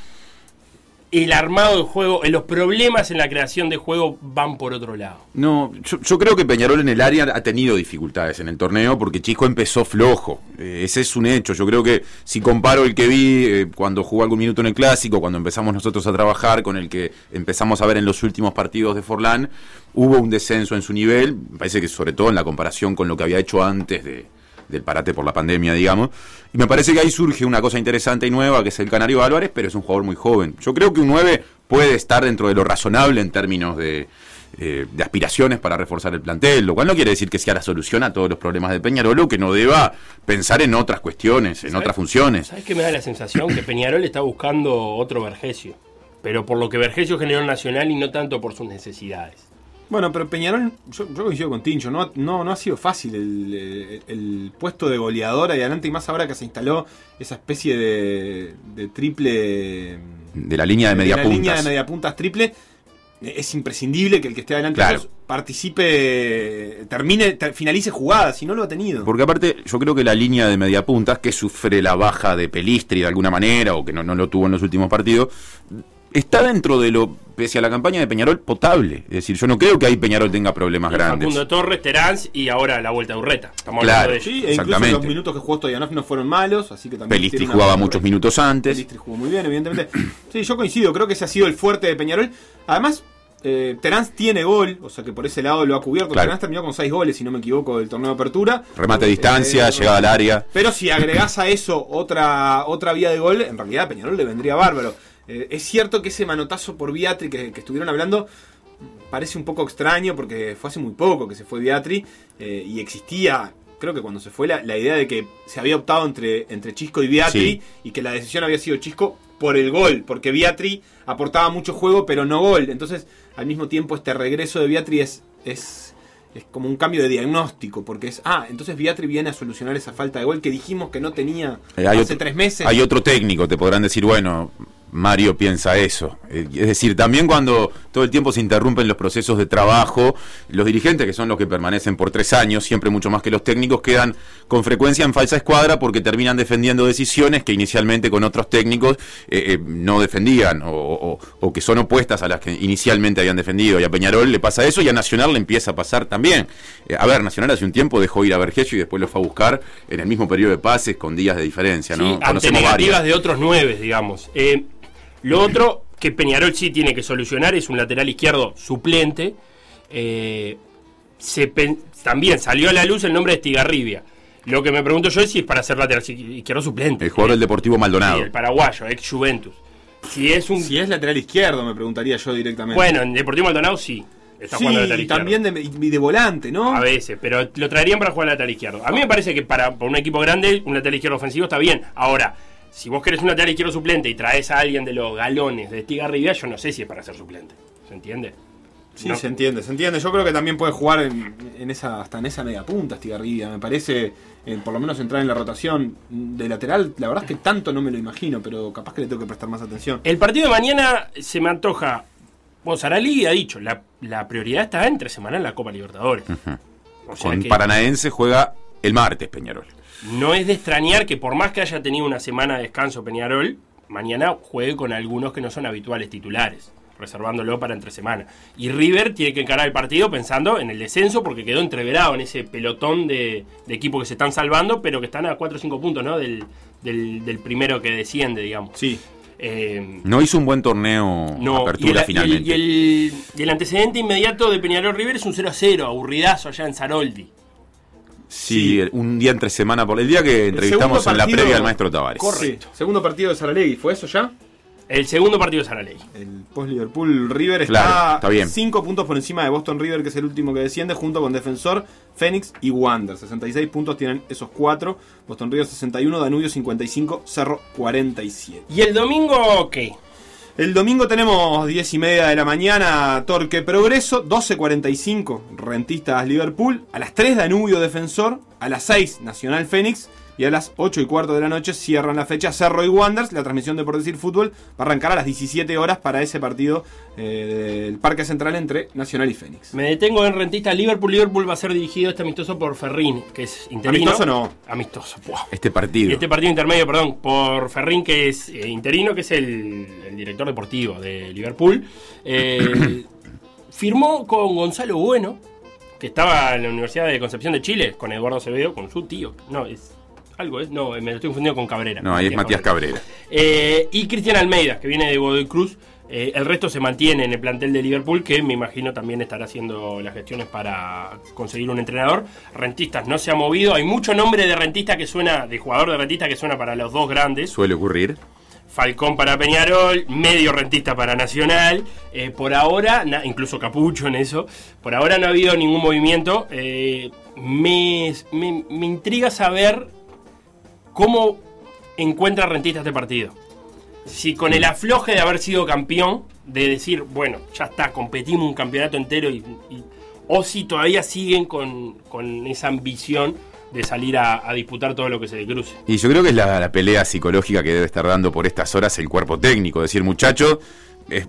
el armado de juego, eh, los problemas en la creación de juego van por otro lado?
No, yo, yo creo que Peñarol en el área ha tenido dificultades en el torneo porque Chisco empezó flojo. Eh, ese es un hecho. Yo creo que si comparo el que vi eh, cuando jugó algún minuto en el clásico, cuando empezamos nosotros a trabajar, con el que empezamos a ver en los últimos partidos de Forlán, hubo un descenso en su nivel. Me parece que sobre todo en la comparación con lo que había hecho antes de, del parate por la pandemia, digamos. Y me parece que ahí surge una cosa interesante y nueva, que es el Canario Álvarez, pero es un jugador muy joven. Yo creo que un 9 puede estar dentro de lo razonable en términos de, eh, de aspiraciones para reforzar el plantel, lo cual no quiere decir que sea la solución a todos los problemas de Peñarol o que no deba pensar en otras cuestiones, en otras funciones.
¿Sabes qué me da la sensación? Que Peñarol está buscando otro Vergesio. Pero por lo que Vergesio generó en Nacional y no tanto por sus necesidades.
Bueno, pero Peñarol, yo, yo coincido con Tincho, no, ha- no, no ha sido fácil el, eh, el puesto de goleador ahí adelante y más ahora que se instaló esa especie de, de triple...
De la línea de
la
media
línea de
puntas.
mediapuntas triple. eh, Es imprescindible que el que esté adelante
Claro.
pues, participe, termine, ter- finalice jugadas, si no lo ha tenido.
Porque aparte, yo creo que la línea de mediapuntas, que sufre la baja de Pelistri de alguna manera, o que no, no lo tuvo en los últimos partidos, está dentro de lo, pese a la campaña de Peñarol, potable. Es decir, yo no creo que ahí Peñarol tenga problemas grandes.
Facundo Torres, Terán y ahora la vuelta a Urreta. Estamos hablando
Claro.
de ellos.
Sí, e incluso
exactamente.
los minutos que jugó Stoyanov no fueron malos, así que también...
Pelistri
tiene una
jugaba
buena
muchos minutos antes.
Pelistri jugó muy bien, evidentemente. Sí, yo coincido, creo que ese ha sido el fuerte de Peñarol. Además, eh, Terán tiene gol, o sea que por ese lado lo ha cubierto.
Claro.
Terán terminó con 6 goles, si no me equivoco, del torneo de apertura.
Remate a distancia,
Eh,
llegada al área.
Pero si agregás a eso otra, otra vía de gol, en realidad a Peñarol le vendría bárbaro. Eh, es cierto que ese manotazo por Viatri que, que estuvieron hablando parece un poco extraño porque fue hace muy poco que se fue Viatri eh, y existía, creo que cuando se fue, la, la idea de que se había optado entre, entre Chisco y Viatri
Sí.
y que la decisión había sido Chisco por el gol, porque Viatri aportaba mucho juego pero no gol. Entonces, al mismo tiempo, este regreso de Viatri es... es es como un cambio de diagnóstico, porque es, ah, entonces Viatri viene a solucionar esa falta de gol que dijimos que no tenía
Eh,
hace
otro-
tres meses.
Hay otro técnico, te podrán decir, bueno, Mario piensa eso. Eh, Es decir, también cuando todo el tiempo se interrumpen los procesos de trabajo, los dirigentes, que son los que permanecen por tres años, siempre mucho más que los técnicos, quedan con frecuencia en falsa escuadra porque terminan defendiendo decisiones que inicialmente con otros técnicos eh, eh, no defendían o, o- o que son opuestas a las que inicialmente habían defendido. Y a Peñarol le pasa eso y a Nacional le empieza a pasar también. Eh, a ver, Nacional hace un tiempo dejó ir a Vergesio y después lo fue a buscar en el mismo periodo de pases con días de diferencia.
Sí,
¿no?
ante
Conocemos
negativas
varias.
de otros nueve, digamos. Eh, lo otro que Peñarol sí tiene que solucionar es un lateral izquierdo suplente. Eh, se pen- también salió a la luz el nombre de Estigarribia. Lo que me pregunto yo es si es para ser lateral izquierdo suplente.
El jugador del Deportivo
Sí,
Maldonado.
el paraguayo, ex Juventus. Si es un
Si es lateral izquierdo, me preguntaría yo directamente.
Bueno, en Deportivo Maldonado sí. Está
sí,
jugando lateral
y
izquierdo.
también de, y de volante, ¿no?
A veces, pero lo traerían para jugar lateral izquierdo. A mí me parece que para, para un equipo grande, un lateral izquierdo ofensivo está bien. Ahora, si vos querés un lateral izquierdo suplente y traes a alguien de los galones de Estigarribia, yo no sé si es para ser suplente. ¿Se entiende?
sí,
no.
se entiende, se entiende. Yo creo que también puede jugar en, en esa, hasta en esa media punta, Estigarribia. Me parece, eh, por lo menos entrar en la rotación de lateral, la verdad es que tanto no me lo imagino, pero capaz que le tengo que prestar más atención.
El partido de mañana se me antoja. Bueno, Sarali ha dicho, la, la prioridad está entre semana en la Copa Libertadores. O sea
Con
que
Paranaense juega el martes, Peñarol.
no es de extrañar que por más que haya tenido una semana de descanso Peñarol, mañana juegue con algunos que no son habituales titulares. reservándolo para entre semana. Y River tiene que encarar el partido pensando en el descenso porque quedó entreverado en ese pelotón de, de equipos que se están salvando, pero que están a 4 o 5 puntos ¿no? del, del- del primero que desciende, digamos.
Sí.
Eh,
No hizo un buen torneo
no,
apertura
y el,
finalmente.
Y el, y el antecedente inmediato de Peñarol River es un 0 a 0, aburridazo allá en Saroldi.
sí, el- un día entre semana por el día que entrevistamos en la previa al maestro Tavares.
Correcto. Segundo partido de Saralegui, ¿fue eso ya?
El segundo partido de Saraley.
El post Liverpool River está,
Claro, está bien.
cinco puntos por encima de Boston River, que es el último que desciende, junto con Defensor, Phoenix y Wander. 66 puntos tienen esos cuatro. Boston River 61, Danubio 55, Cerro 47.
¿Y el domingo qué?
El domingo tenemos 10 y media de la mañana, Torque Progreso, 12.45, Rentistas Liverpool, a las 3 Danubio Defensor, a las 6 Nacional Fénix y a las 8 y cuarto de la noche cierran la fecha Cerro y Wanders. La transmisión de Por Decir Fútbol va a arrancar a las 17 horas para ese partido eh, del Parque Central entre Nacional y Fénix.
Me detengo en rentista Liverpool. Liverpool va a ser dirigido este amistoso por Ferrín, que es interino.
¿Amistoso no?
Amistoso, buah.
Este partido.
Y este partido intermedio, perdón, por Ferrín, que es eh, interino, que es el, el director deportivo de Liverpool. Eh, firmó con Gonzalo Bueno, que estaba en la Universidad de Concepción de Chile, con Eduardo Acevedo, con su tío. No, es algo, es. No, me lo estoy confundiendo con Cabrera.
no, ahí es Matías Cabrera.
Eh, y Cristian Almeida, que viene de Godoy Cruz. Eh, el resto se mantiene en el plantel de Liverpool, que me imagino también estará haciendo las gestiones para conseguir un entrenador. Rentistas no se ha movido. Hay mucho nombre de rentista que suena, de jugador de rentista que suena para los dos grandes.
Suele ocurrir.
Falcón para Peñarol, medio rentista para Nacional. Eh, por ahora, na- incluso Capucho en eso, por ahora no ha habido ningún movimiento. Eh, me, me- me intriga saber cómo encuentra rentista este partido. Si con el afloje de haber sido campeón, de decir, bueno, ya está, competimos un campeonato entero, y, y- o si todavía siguen con, con esa ambición de salir a, a disputar todo lo que se le cruce.
Y yo creo que es la, la pelea psicológica que debe estar dando por estas horas el cuerpo técnico. Decir, muchacho, es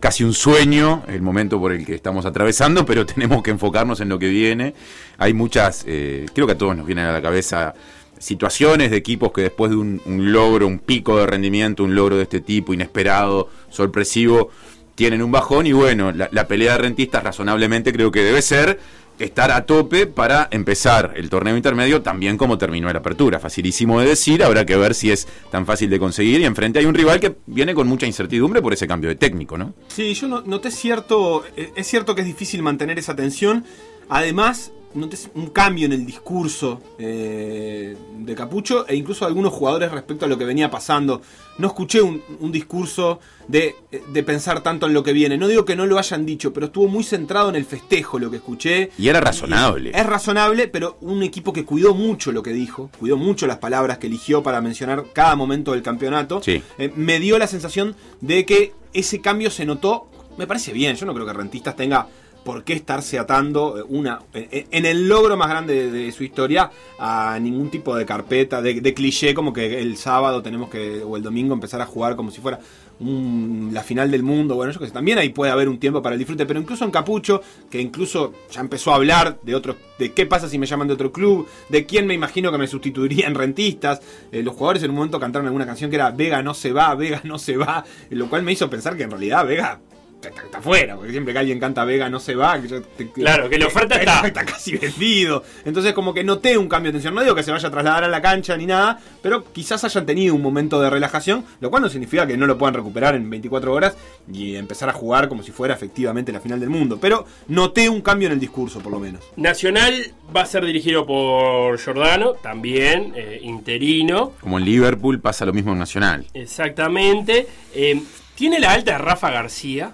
casi un sueño el momento por el que estamos atravesando, pero tenemos que enfocarnos en lo que viene. Hay muchas, eh, creo que a todos nos vienen a la cabeza situaciones de equipos que después de un, un logro, un pico de rendimiento, un logro de este tipo, inesperado, sorpresivo, tienen un bajón y bueno, la, la pelea de rentistas razonablemente creo que debe ser estar a tope para empezar el torneo intermedio también como terminó la apertura. Facilísimo de decir, habrá que ver si es tan fácil de conseguir y enfrente hay un rival que viene con mucha incertidumbre por ese cambio de técnico, ¿no?
Sí, yo no- noté cierto. eh, Es cierto que es difícil mantener esa tensión. Además, noté un cambio en el discurso eh, de Capucho e incluso de algunos jugadores respecto a lo que venía pasando. No escuché un, un discurso de, eh, de pensar tanto en lo que viene. No digo que no lo hayan dicho, pero estuvo muy centrado en el festejo lo que escuché.
Y era razonable.
Es razonable, pero un equipo que cuidó mucho lo que dijo, cuidó mucho las palabras que eligió para mencionar cada momento del campeonato.
Sí.
Eh, me dio la sensación de que ese cambio se notó. Me parece bien, yo no creo que Rentistas tenga por qué estarse atando eh, una en en el logro más grande de, de su historia a ningún tipo de carpeta, de, de cliché como que el sábado tenemos que, o el domingo empezar a jugar como si fuera un- la final del mundo, bueno, yo que sé, también ahí puede haber un tiempo para el disfrute, pero incluso en Capucho, que incluso ya empezó a hablar de otro, de qué pasa si me llaman de otro club, de quién me imagino que me sustituiría en rentistas, eh, los jugadores en un momento cantaron alguna canción que era Vega no se va, Vega no se va, lo cual me hizo pensar que en realidad Vega está, está fuera, porque siempre que alguien canta Vega no se va, que yo te-
Claro, que la oferta está.
está casi vendido. Entonces, como que noté un cambio de tensión. No digo que se vaya a trasladar a la cancha ni nada, pero quizás hayan tenido un momento de relajación, lo cual no significa que no lo puedan recuperar en 24 horas y empezar a jugar como si fuera efectivamente la final del mundo. Pero noté un cambio en el discurso, por lo menos.
Nacional va a ser dirigido por Giordano, también eh, interino,
Como en Liverpool pasa lo mismo en Nacional.
exactamente. Eh, tiene la alta de Rafa García,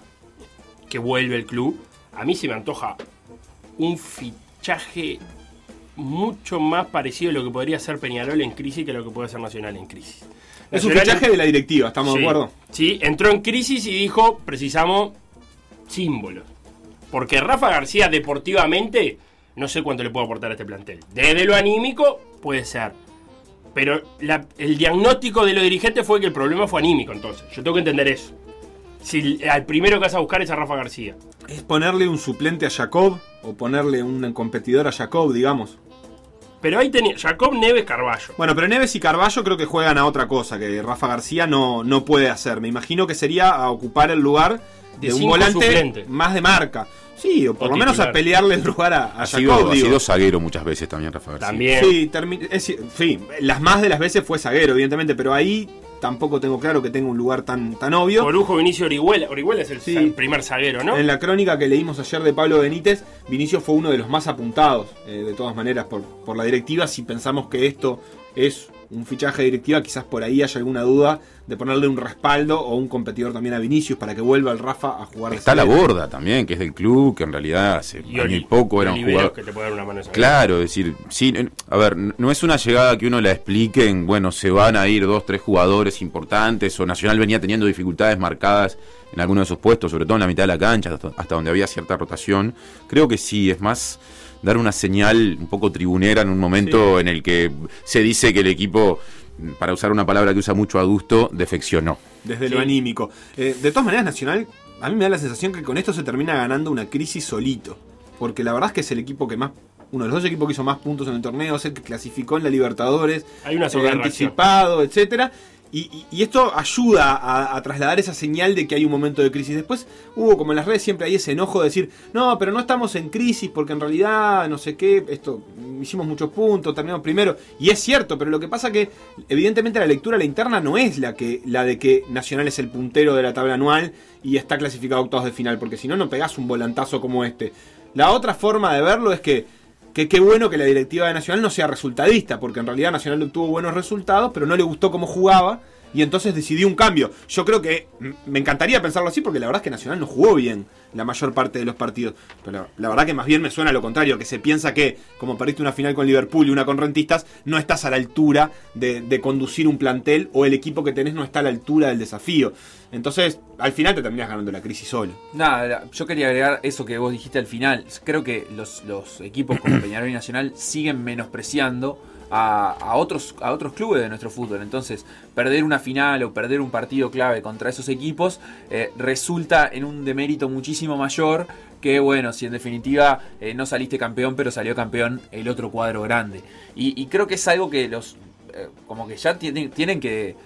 que vuelve el club. A mí se me antoja un fichaje mucho más parecido a lo que podría ser Peñarol en crisis que a lo que puede ser Nacional en crisis.
Es un
Nacional-
fichaje de la directiva, ¿estamos
Sí,
de acuerdo?
Sí, entró en crisis y dijo, precisamos símbolos. Porque Rafa García deportivamente, no sé cuánto le puede aportar a este plantel. Desde lo anímico, puede ser. Pero la- el diagnóstico de los dirigentes fue que el problema fue anímico, entonces. Yo tengo que entender eso. Si al primero que vas a buscar es a Rafa García.
Es ponerle un suplente a Jacob o ponerle un competidor a Jacob, digamos.
Pero ahí tenía Jacob Neves Carballo.
Bueno, pero Neves y Carballo creo que juegan a otra cosa que Rafa García no, no puede hacer. Me imagino que sería a ocupar el lugar de,
De
un
cinco
volante
suplente.
más de marca. Sí, o por
O
lo menos a
titular.
pelearle el lugar a,
Ha
a
sido,
Jacob.
ha
digo.
sido zaguero muchas veces también, Rafa García.
También.
Sí, termi- es ci- sí, las más de las veces fue zaguero, evidentemente, pero ahí tampoco tengo claro que tenga un lugar tan, tan obvio.
Corujo, Vinicio Orihuela. Orihuela es el
Sí.
sa- primer zaguero, ¿no?
En la crónica que leímos ayer de Pablo Benítez, Vinicius fue uno de los más apuntados, eh, de todas maneras, por, por la directiva. Si pensamos que esto es un fichaje de directiva, quizás por ahí haya alguna duda de ponerle un respaldo o un competidor también a Vinicius para que vuelva el Rafa a jugar. de
Está la
zaguero.
borda también, que es del club, que en realidad hace
Y
año
Oli-
y poco era un
Oliveros,
jugador.
que te puede dar una mano de zaguero.
Claro, es decir, sí, n- a ver, n- no es una llegada que uno la explique en, bueno, se van a ir dos, tres jugadores importantes, o Nacional venía teniendo dificultades marcadas en alguno de sus puestos, sobre todo en la mitad de la cancha, hasta- hasta donde había cierta rotación. Creo que sí, es más dar una señal un poco tribunera en un momento en el que se dice que el equipo, para usar una palabra que usa mucho a gusto, defeccionó.
desde
Sí.
lo anímico. Eh, de todas maneras, Nacional, a mí me da la sensación que con esto se termina ganando una crisis solito. Porque la verdad es que es el equipo que más. Uno de los dos equipos que hizo más puntos en el torneo, es el que clasificó en la Libertadores, eh,
Hay una sobrereacción.
anticipado, etcétera. Y, y- y esto ayuda a, a trasladar esa señal de que hay un momento de crisis. Después hubo, como en las redes, siempre hay ese enojo de decir, no, pero no estamos en crisis porque en realidad, no sé qué, esto, hicimos muchos puntos, terminamos primero. Y es cierto, pero lo que pasa que, evidentemente, la lectura, a la interna, no es la, que, la de que Nacional es el puntero de la tabla anual y está clasificado a octavos de final, porque si no, no pegás un volantazo como este. La otra forma de verlo es que que qué bueno que la directiva de Nacional no sea resultadista, porque en realidad Nacional obtuvo buenos resultados, pero no le gustó cómo jugaba y entonces decidió un cambio. Yo creo que m- me encantaría pensarlo así, porque la verdad es que Nacional no jugó bien la mayor parte de los partidos. Pero la, la verdad que más bien me suena lo contrario, que se piensa que como perdiste una final con Liverpool y una con Rentistas, no estás a la altura de, de conducir un plantel o el equipo que tenés no está a la altura del desafío. Entonces, al final te terminás ganando la crisis solo.
Nada, yo quería agregar eso que vos dijiste al final. Creo que los, los equipos como Peñarol y Nacional siguen menospreciando a, a otros, a otros clubes de nuestro fútbol. Entonces, perder una final o perder un partido clave contra esos equipos eh, resulta en un demérito muchísimo mayor que, bueno, si en definitiva eh, no saliste campeón, pero salió campeón el otro cuadro grande. Y, y creo que es algo que los... eh, como que ya tienen, tienen que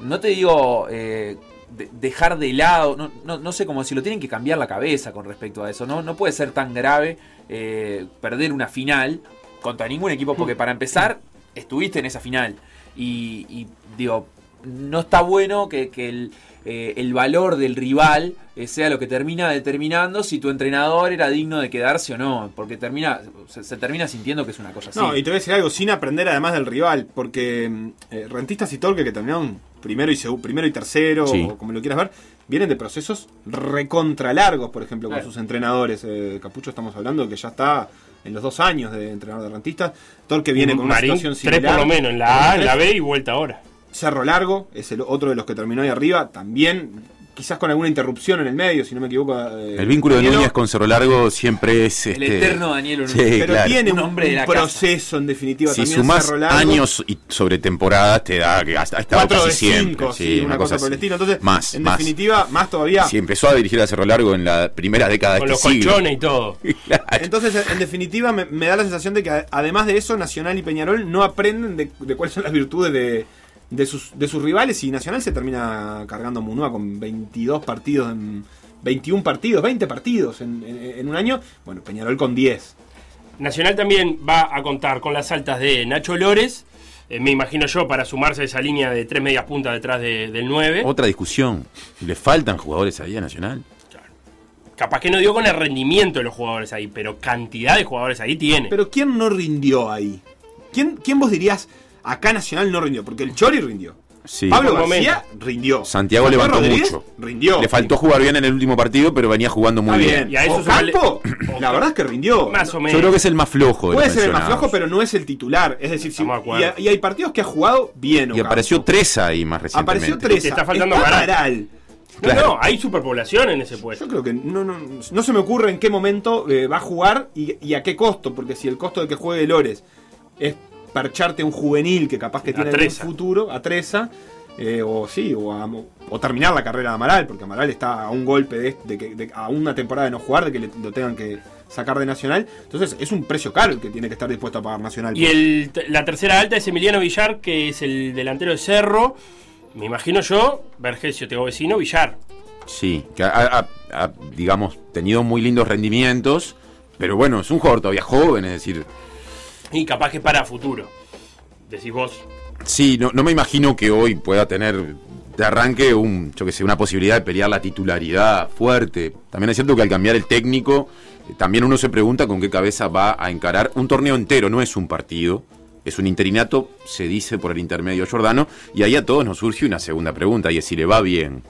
no te digo eh, de- dejar de lado, no, no, no sé cómo si lo tienen que cambiar la cabeza con respecto a eso, no, no puede ser tan grave eh, perder una final contra ningún equipo, porque para empezar, estuviste en esa final. Y, y, digo, no está bueno que, que el, eh, el valor del rival eh, sea lo que termina determinando si tu entrenador era digno de quedarse o no, porque termina se, se termina sintiendo que es una cosa así.
No, y te voy a decir algo, sin aprender además del rival, porque mm, eh, Rentistas y Torque, que terminaron primero y, segu- primero y tercero,
Sí.
o como lo quieras ver, vienen de procesos recontra largos, por ejemplo,
Claro.
con sus entrenadores. Eh, Capucho estamos hablando que ya está en los dos años de entrenador de Rentistas. Torque viene con
Marín,
una situación
tres
similar.
por lo menos, en la A, en la
Tres.
B y vuelta ahora.
Cerro Largo es el otro de los que terminó ahí arriba, también quizás con alguna interrupción en el medio, si no me equivoco. eh,
El vínculo de
Danielo.
Núñez con Cerro Largo siempre es...
el
este,
eterno Daniel Unum.
Sí,
Pero
claro.
tiene
Un
un,
hombre de la casa.
proceso en definitiva
Si
también
sumás
Cerro Largo.
años y sobre temporadas te da que ha ha estado
4
casi
de
siempre.
5, sí, una, cosa, por el
así.
estilo. Entonces,
más,
en
más.
definitiva, más todavía.
Si empezó a dirigir a Cerro Largo en la primera década
Con
de
los
este siglo.
colchones y todo.
Entonces, en definitiva, me, me da la sensación de que a- además de eso, Nacional y Peñarol no aprenden de, de cuáles son las virtudes de, de sus, de sus rivales. Y Nacional se termina cargando a Munua con 22 partidos, en- 21 partidos, 20 partidos en, en- en un año. Bueno, Peñarol con 10.
Nacional también va a contar con las altas de Nacho Lores, eh, me imagino yo, para sumarse a esa línea de tres medias puntas detrás de- del 9.
Otra discusión. ¿Le faltan jugadores ahí a Nacional?
Capaz que no dio con el rendimiento de los jugadores ahí, pero cantidad de jugadores ahí tiene.
Pero ¿quién no rindió ahí? ¿Quién, quién vos dirías acá Nacional no rindió? Porque el Chori rindió.
Sí.
Pablo
por
García rindió.
Santiago
Juan
levantó
Rodríguez
mucho.
Rindió.
Le faltó jugar bien en el último partido, pero venía jugando muy
Está
bien.
Y a eso
Ocampo,
sumale-
la verdad es que rindió.
más o menos.
Yo creo que es el más flojo. de
Puede
los
ser el más
mencionados.
flojo, pero no es el titular. Es decir, si-
Estamos de
y,
acuerdo.
y hay partidos que ha jugado bien.
Y
Ocampo.
apareció tres ahí más recientemente.
Apareció tres.
Te está faltando Amaral. No,
claro.
no, hay superpoblación en ese puesto.
Yo creo que no, no, no se me ocurre en qué momento eh, va a jugar y, y a qué costo. Porque si el costo de que juegue Lores es parcharte a un juvenil que capaz que
A
tiene un
Treza.
futuro, a Treza, eh, o sí, o, a- o terminar la carrera de Amaral, porque Amaral está a un golpe de, de que- de- a una temporada de no jugar, de que le- lo tengan que sacar de Nacional. Entonces es un precio caro el que tiene que estar dispuesto a pagar Nacional.
Y el, la tercera alta es Emiliano Villar, que es el delantero de Cerro. Me imagino yo, Vergesio, Tego Vecino, Villar.
Sí, que ha, ha- ha, digamos, tenido muy lindos rendimientos, pero bueno, es un jugador todavía joven, es decir,
Y capaz que para futuro. Decís vos.
sí, no, no me imagino que hoy pueda tener de arranque un, yo que sé, una posibilidad de pelear la titularidad fuerte. También es cierto que al cambiar el técnico, eh, también uno se pregunta con qué cabeza va a encarar un torneo entero, no es un partido. Es un interinato, se dice por el intermedio Jordano, y ahí a todos nos surge una segunda pregunta, y es si le va bien.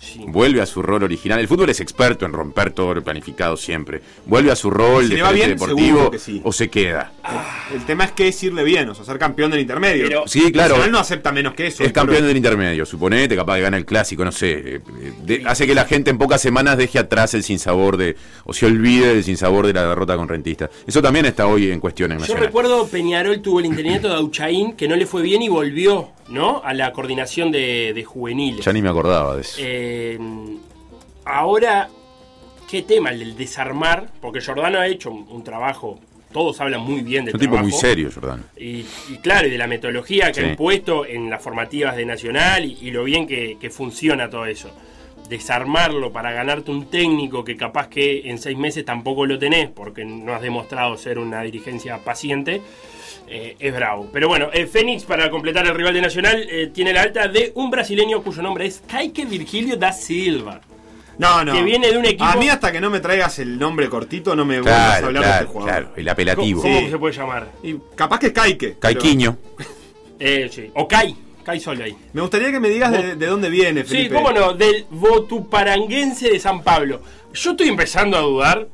Sí.
Vuelve a su rol original. El fútbol es experto en romper todo lo planificado siempre. Vuelve a su rol
Si
de
le va
gerente
bien,
deportivo
seguro que sí.
o se queda.
El tema es que es irle bien, o sea, ser campeón del intermedio.
Pero-
Sí, claro.
Nacional no acepta menos que eso.
es campeón
pero-
del intermedio, suponete, capaz que gana el clásico, no sé. eh, eh, de- hace que la gente en pocas semanas deje atrás el sinsabor de. o se olvide del sinsabor de la derrota con Rentista. Eso también está hoy en cuestión en
Yo
Nacional.
recuerdo Peñarol tuvo el interinato de Auchaín, que no le fue bien y volvió, ¿no? A la coordinación de, de juveniles.
Ya ni me acordaba de eso.
Eh, ahora, ¿qué tema? El del desarmar, porque Jordano ha hecho un, un trabajo, todos hablan muy bien
es
del
un tipo
trabajo.
muy serio, Jordán.
Y, y claro, y de la metodología que
Sí.
han puesto en las formativas de Nacional y, y lo bien que, que funciona todo eso. Desarmarlo para ganarte un técnico que capaz que en seis meses tampoco lo tenés porque no has demostrado ser una dirigencia paciente, eh, es bravo. Pero bueno, eh, Fénix, para completar el rival de Nacional, eh, tiene la alta de un brasileño cuyo nombre es Kaique Virgilio da Silva.
No, no.
que viene de un equipo-
A mí, hasta que no me traigas el nombre cortito, no me vuelvas a
Claro,
hablar de este
claro,
jugador.
claro. El
¿Cómo,
apelativo.
cómo
Sí.
se puede llamar?
Y capaz que es Caique. pero-
Caiquiño.
Eh, sí. O Kai, Kai Soley.
Me gustaría que me digas de, de dónde viene,
Sí,
Felipe.
cómo no, del Botuparanguense de San Pablo. Yo estoy empezando a dudar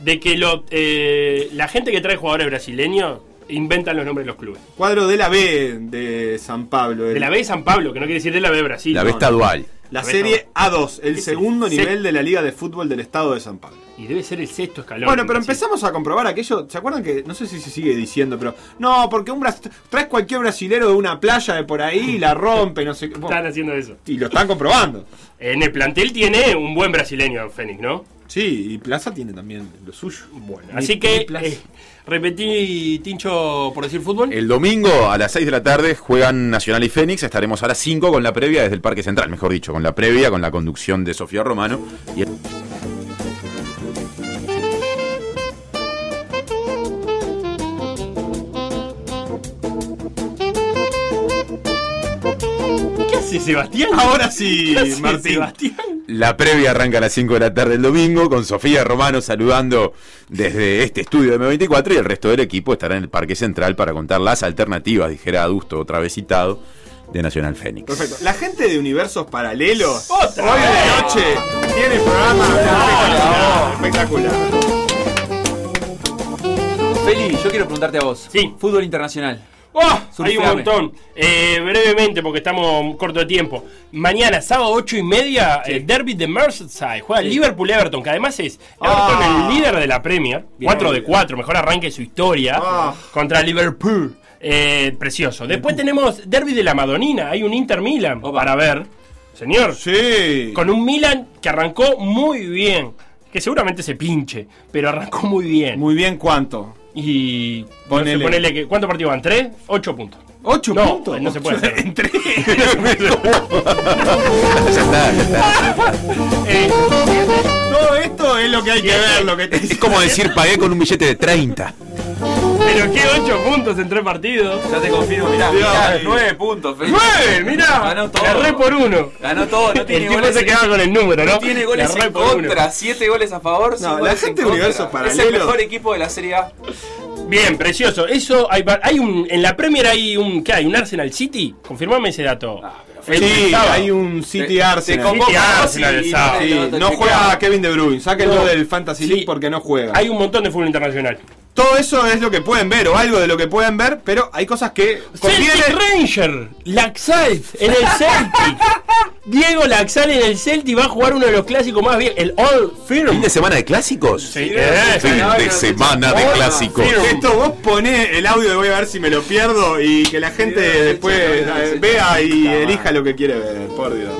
de que lo, eh, la gente que trae jugadores brasileños inventan los nombres de los clubes.
Cuadro de la B de San Pablo. el-
De la B de San Pablo, que no quiere decir de la B de Brasil.
La
no,
besta
no.
dual.
La
A ver,
serie A2, el
Sí,
segundo
sí.
nivel de la Liga de Fútbol del Estado de San Pablo.
Y debe ser el sexto escalón.
Bueno, pero
en Brasil.
empezamos a comprobar aquello. ¿Se acuerdan que.? No sé si se sigue diciendo, pero. No, porque un bras- traes cualquier brasilero de una playa de por ahí y la rompe, no sé qué.
Están haciendo eso.
Y lo están comprobando.
En el plantel tiene un buen brasileño, Fénix, ¿no?
Sí, y Plaza tiene también lo suyo.
Bueno,
Mi-
así que
mi Plaza.
eh, repetí, Tincho, por decir fútbol.
El domingo a las 6 de la tarde juegan Nacional y Fénix. Estaremos a las 5 con la previa desde el Parque Central, mejor dicho, con la previa, con la conducción de Sofía Romano. Y el-
¿Qué hace Sebastián?
Ahora sí,
¿Qué hace
Ah, Martín.
Sebastián?
La previa arranca a las 5 de la tarde el domingo con Sofía Romano saludando desde este estudio de M24 y el resto del equipo estará en el Parque Central para contar las alternativas, dijera Adusto, otra vez citado, de Nacional Fénix.
Perfecto. La gente de universos paralelos.
Otra
hoy
vez.
de noche tiene programa espectacular. espectacular.
Feli, yo quiero preguntarte a vos.
Sí.
Fútbol internacional.
¡Oh! Hay
Surfeame.
un montón. Eh, brevemente, porque estamos corto de tiempo. Mañana, sábado 8 y media, el derby de Merseyside. Juega Liverpool-Everton, que además es Everton
Ah.
el líder de la Premier. 4 de 4, mejor arranque de su historia.
Ah.
Contra Liverpool. Eh, precioso. Después tenemos derby de la Madonina. Hay un Inter-Milan
Opa.
para ver. Señor,
Sí.
con un Milan que arrancó muy bien. Que seguramente se pinche, pero arrancó muy bien.
Muy bien, ¿cuánto?
Y no sé,
Ponele.
ponele. que, ¿Cuántos partidos van? ¿Tres? Ocho puntos.
¿Ocho
No,
puntos?
no se puede hacer.
En tres.
Ya está, ya está.
Eh,
Todo esto es lo que hay que ver, lo que te
Es como decir pagué con un billete de 30.
pero qué ocho puntos en tres partidos.
Ya te confirmo, mirá,
Dios.
mirá, nueve puntos, Feli.
¡Nueve! ¡Mirá!
Ganó todo.
Erré por uno.
Ganó todo, no tiene
el tipo
goles.
se
en-
quedaba con el número, ¿no?
no tiene goles
Erré
en
por
contra, siete goles a favor. cinco
la
goles en
gente de
contra.
universo
Es el
paralelo.
mejor equipo de la Serie A.
uno. Bien, precioso. Eso hay, va- hay un. En la Premier hay un. ¿Qué hay? ¿Un Arsenal City? Confirmame ese dato.
Ah.
El
Sí,
sábado.
hay un City
Te-
Arsenal.
te convoca
City
vos y-
Arsenal el
y-
sábado.
Sí,
no, te-
no
te-
juega Kevin De Bruyne. Sáquenlo
No.
del Fantasy
Sí.
League porque no juega.
Hay un montón de fútbol internacional.
Todo eso es lo que pueden ver o algo de lo que pueden ver, pero hay cosas que conviene.
Celtic Ranger, Laxalt en el Celtic. Diego Laxalt en el Celtic va a jugar uno de los clásicos más bien, el All
¿Fin
Firm.
de semana de clásicos?
Sí,
Fin
eh,
de semana de
Hola,
clásicos.
Firo. Esto vos poné el audio y voy a ver si me lo pierdo y que la gente
Sí,
después
sí, sí,
eh,
sí,
vea
sí,
y
sí, sí,
elija
sí.
lo que quiere ver, por Dios.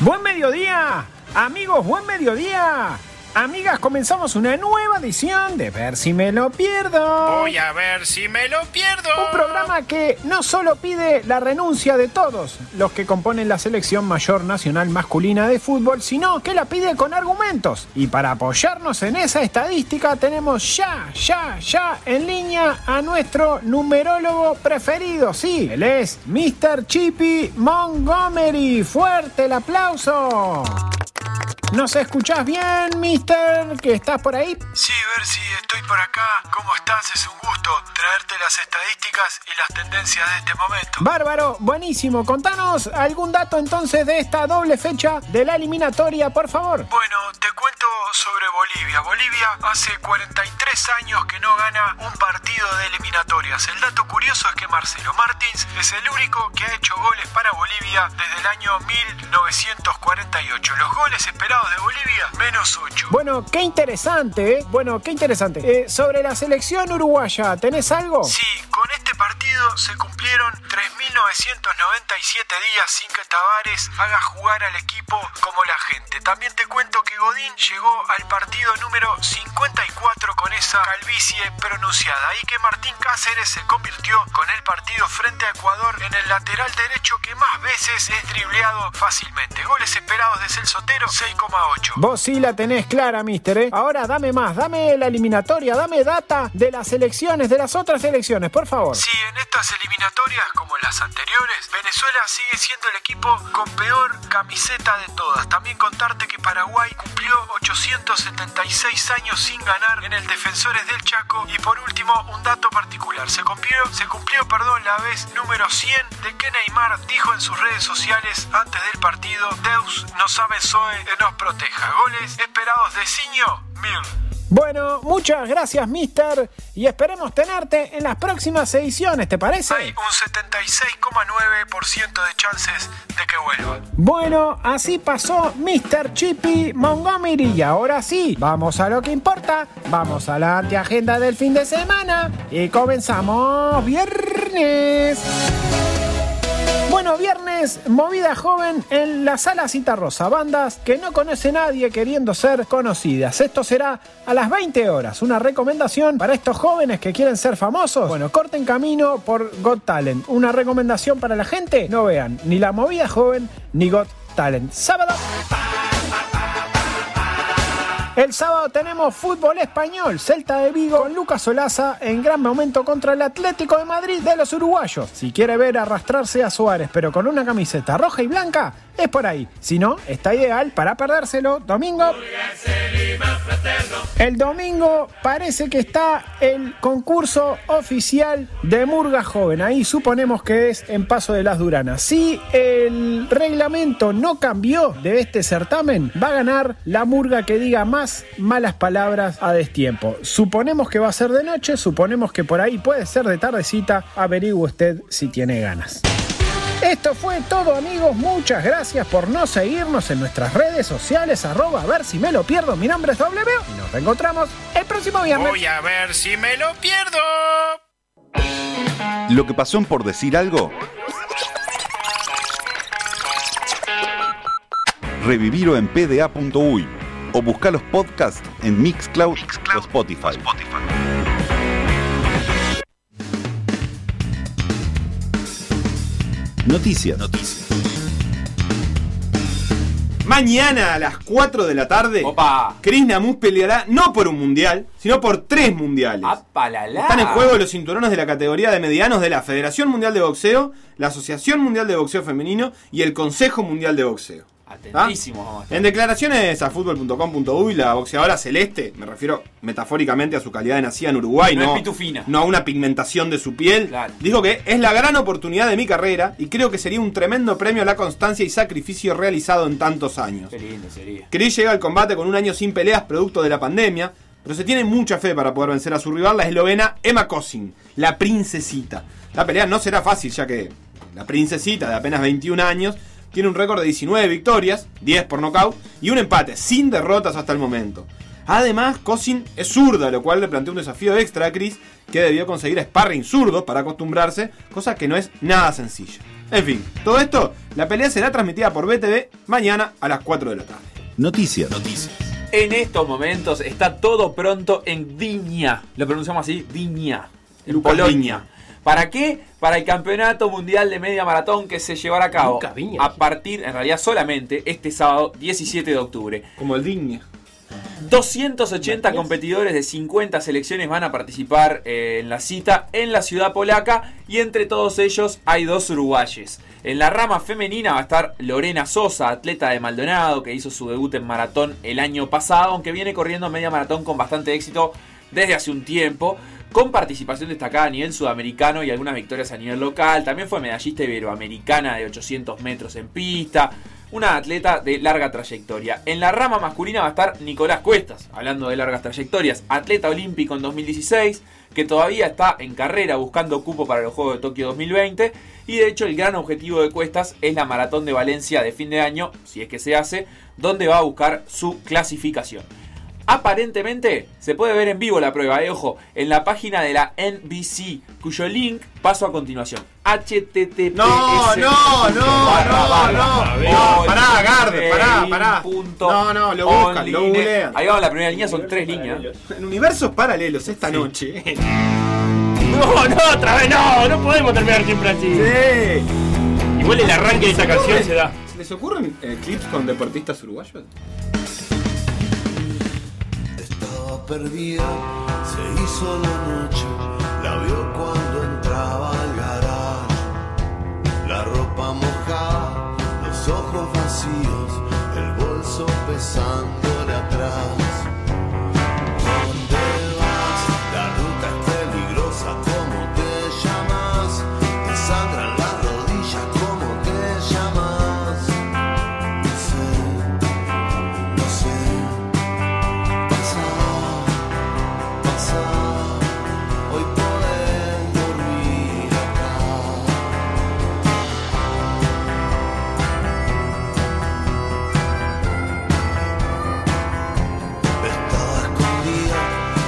Buen mediodía, amigos, buen mediodía. Amigas, comenzamos una nueva edición de Ver si me lo pierdo. Voy a ver si me lo pierdo. Un programa que no solo pide la renuncia de todos los que componen la selección mayor nacional masculina de fútbol, sino que la pide con argumentos. Y para apoyarnos en esa estadística tenemos ya, ya, ya en línea a nuestro numerólogo preferido. Sí, él es Mr. Chippy Montgomery. Fuerte el aplauso. ¿Nos escuchás bien, mister? ¿Que estás por ahí?
Sí, ver si estoy por acá. ¿Cómo estás? Es un gusto traerte las estadísticas y las tendencias de este momento.
Bárbaro, buenísimo. Contanos algún dato entonces de esta doble fecha de la eliminatoria, por favor.
Bueno, te cuento sobre Bolivia. Bolivia hace 43 años que no gana un partido de eliminatorias. El dato curioso es que Marcelo Martins es el único que ha hecho goles para Bolivia desde el año 1948. Los goles esperados de Bolivia, menos 8.
Bueno, qué interesante, ¿eh? Bueno, qué interesante. Eh, sobre la selección uruguaya, ¿tenés algo?
Sí, con este partido se cumplieron 3.997 días sin que Tavares haga jugar al equipo como la gente. También te cuento que Godín llegó al partido número 54 con esa calvicie pronunciada y que Martín Cáceres se convirtió con el partido frente a Ecuador en el lateral derecho que más veces es dribleado fácilmente. Goles esperados de Celso Otero, 6,8.
Vos sí la tenés clara, mister, ¿eh? Ahora dame más, dame la eliminatoria, dame data de las selecciones, de las otras selecciones, por favor.
Sí, en estas eliminatorias, como en las anteriores, Venezuela sigue siendo el equipo con peor camiseta de todas. También contarte que Paraguay cumplió 876 años sin ganar en el Defensores del Chaco. Y por último, un dato particular. Se cumplió, se cumplió perdón, la vez número 100 de que Neymar dijo en sus redes sociales antes del partido, Deus nos sabe Zoe, nos proteja. Goles esperados de Ciño, Mir.
Bueno, muchas gracias, mister, y esperemos tenerte en las próximas ediciones, ¿te parece?
Hay un 76,9% de chances de que vuelva.
Bueno, así pasó Mr. Chippy Montgomery y ahora sí, vamos a lo que importa, vamos a la antiagenda del fin de semana y comenzamos viernes. Bueno, viernes, movida joven en la sala Citarrosa, bandas que no conoce nadie queriendo ser conocidas. Esto será a las 20 horas, una recomendación para estos jóvenes que quieren ser famosos. Bueno, corten camino por Got Talent, una recomendación para la gente, no vean ni la movida joven ni Got Talent. Sábado. El sábado tenemos fútbol español, Celta de Vigo con Lucas Solaza en gran momento contra el Atlético de Madrid de los uruguayos. Si quiere ver arrastrarse a Suárez pero con una camiseta roja y blanca, es por ahí. Si no, está ideal para perdérselo domingo. El domingo parece que está el concurso oficial de Murga Joven. Ahí suponemos que es en Paso de las Duranas. Si el reglamento no cambió de este certamen, va a ganar la Murga que diga más malas palabras a destiempo. Suponemos que va a ser de noche, suponemos que por ahí puede ser de tardecita. Averigüe usted si tiene ganas. Esto fue todo amigos, muchas gracias por no seguirnos en nuestras redes sociales, arroba a ver si me lo pierdo, mi nombre es W y nos reencontramos el próximo viernes.
a ver si me lo pierdo.
Lo que pasó en por decir algo. Revivirlo en pda.uy o buscar los podcasts en Mixcloud, o Spotify. Noticias.
Mañana a las 4 de la tarde,
Opa.
Chris Namus peleará no por un mundial, sino por tres mundiales.
Apalala.
Están en juego los cinturones de la categoría de medianos de la Federación Mundial de Boxeo, la Asociación Mundial de Boxeo Femenino y el Consejo Mundial de Boxeo.
Atentísimos vamos a estar.
En declaraciones a fútbol.com.uy, la boxeadora celeste, me refiero metafóricamente a su calidad de nacida en Uruguay,
No
no,
es pitufina.
no a una pigmentación de su piel,
Claro.
dijo que es la gran oportunidad de mi carrera y creo que sería un tremendo premio a la constancia y sacrificio realizado en tantos años.
Qué lindo sería.
Chris llega al combate con un año sin peleas producto de la pandemia, pero se tiene mucha fe para poder vencer a su rival, la eslovena Emma Kosin, la princesita. La pelea no será fácil, ya que la princesita de apenas 21 años tiene un récord de 19 victorias, 10 por nocaut y un empate, sin derrotas hasta el momento. Además, Kosin es zurda, lo cual le plantea un desafío extra a Chris, que debió conseguir sparring zurdo para acostumbrarse, cosa que no es nada sencilla. En fin, todo esto, la pelea será transmitida por BTV mañana a las 4 de la tarde.
Noticias.
En estos momentos está todo pronto en Viña. Lo pronunciamos así, Viña. En
Lucas
Polonia.
Viña.
¿Para qué? Para el Campeonato Mundial de Media Maratón que se llevará a cabo
Lucas Viña.
a partir, en realidad solamente, este sábado 17 de octubre.
Como el Digne.
280 competidores de 50 selecciones van a participar eh, en la cita en la ciudad polaca y entre todos ellos hay dos uruguayes. En la rama femenina va a estar Lorena Sosa, atleta de Maldonado, que hizo su debut en maratón el año pasado, aunque viene corriendo media maratón con bastante éxito desde hace un tiempo, con participación destacada a nivel sudamericano y algunas victorias a nivel local. También fue medallista iberoamericana de 800 metros en pista. Una atleta de larga trayectoria. En la rama masculina va a estar Nicolás Cuestas, hablando de largas trayectorias, atleta olímpico en 2016, que todavía está en carrera buscando cupo para los Juegos de Tokio 2020. Y de hecho el gran objetivo de Cuestas es la Maratón de Valencia de fin de año, si es que se hace, donde va a buscar su clasificación. Aparentemente se puede ver en vivo la prueba, eh, ojo, en la página de la NBC, cuyo link paso a continuación. https
No, no, no,
barra,
no,
barra,
no.
barra,
Pará, Garde, pará, pará.
punto
No, no, lo buscan,
online.
lo googlean.
Ahí vamos, la primera línea son tres líneas.
En universos paralelos esta noche.
No, no, otra vez no, no podemos terminar siempre así.
¿Se
Igual el arranque de esta canción se da.
les ocurren eh, clips con deportistas uruguayos?
Estaba perdida, se hizo la noche, la vio cuando entraba al garaje. La ropa mojada, los ojos vacíos, el bolso pesándole atrás. ¿Dónde vas? La ruta es peligrosa, ¿cómo te llamas? Te sangran las rodillas, ¿cómo te llamas? No sé, no sé. Pasa, pasa, hoy podés dormir acá. Estaba escondida,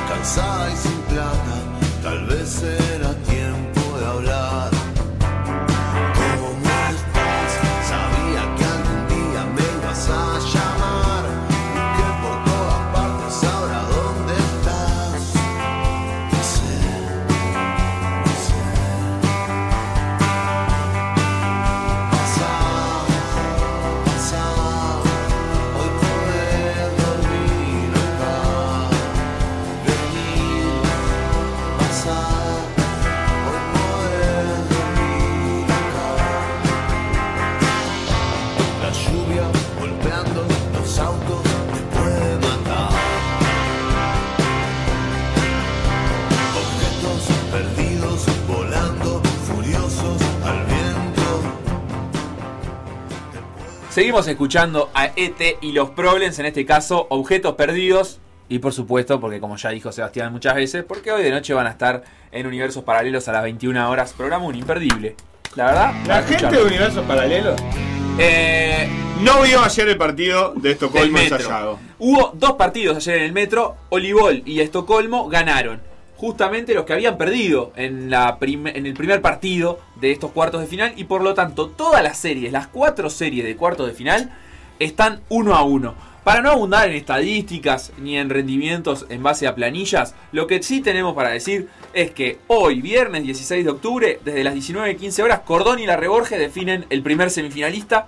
cansada y sin plata. Tal vez era tiempo de hablar. ¿Cómo estás? Sabía que algún día me ibas a llamar. Y que por todas partes ahora dónde estás. No sé, no sé. Pasar, pasar. Hoy poder dormir acá, venir, pasar. Hoy poder dormir acá. La lluvia golpeando los autos me puede matar. Objetos perdidos volando, furiosos al viento.
Seguimos escuchando a ET y los Problems, en este caso, objetos perdidos. Y por supuesto, porque como ya dijo Sebastián muchas veces, porque hoy de noche van a estar en Universos Paralelos a las 21 horas. Programa un imperdible. La verdad,
La
para
gente de
escucharlo.
universos paralelos
Eh,
no vio ayer el partido de
del
Estocolmo
metro.
ensayado.
Hubo dos partidos ayer en el metro. Olibol y Estocolmo ganaron. Justamente los que habían perdido en, la prim- en el primer partido de estos cuartos de final. Y por lo tanto, todas las series, las cuatro series de cuartos de final, están uno a uno. Para no abundar en estadísticas ni en rendimientos en base a planillas, lo que sí tenemos para decir es que hoy, viernes 16 de octubre, desde las 19.15 horas, Cordón y La Reborge definen el primer semifinalista.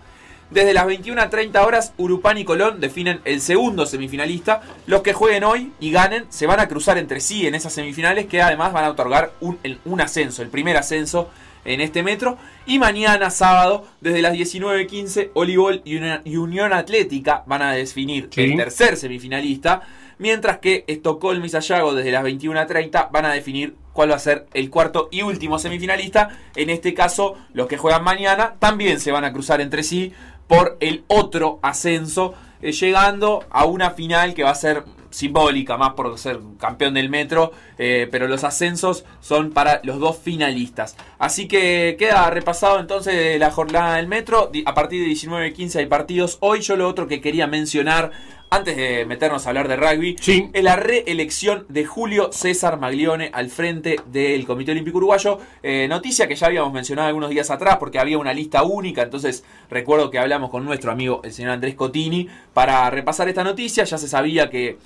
Desde las 21.30 horas, Urupán y Colón definen el segundo semifinalista. Los que jueguen hoy y ganen se van a cruzar entre sí en esas semifinales que además van a otorgar un, el- un ascenso, el primer ascenso en este metro. Y mañana sábado, desde las 19.15, Olibol y Uni- y Unión Atlética van a definir
Sí.
el tercer semifinalista. Mientras que Estocolmo y Sayago desde las 21.30 van a definir cuál va a ser el cuarto y último semifinalista. En este caso, los que juegan mañana también se van a cruzar entre sí por el otro ascenso, eh, llegando a una final que va a ser simbólica, más por ser campeón del metro, eh, pero los ascensos son para los dos finalistas. Así que queda repasado entonces la jornada del metro. Di- A partir de 19.15 hay partidos. Hoy yo lo otro que quería mencionar, antes de meternos a hablar de rugby,
Sí.
es la reelección de Julio César Maglione al frente del Comité Olímpico Uruguayo. Eh, noticia que ya habíamos mencionado algunos días atrás porque había una lista única. Entonces recuerdo que hablamos con nuestro amigo el señor Andrés Cotini para repasar esta noticia. Ya se sabía que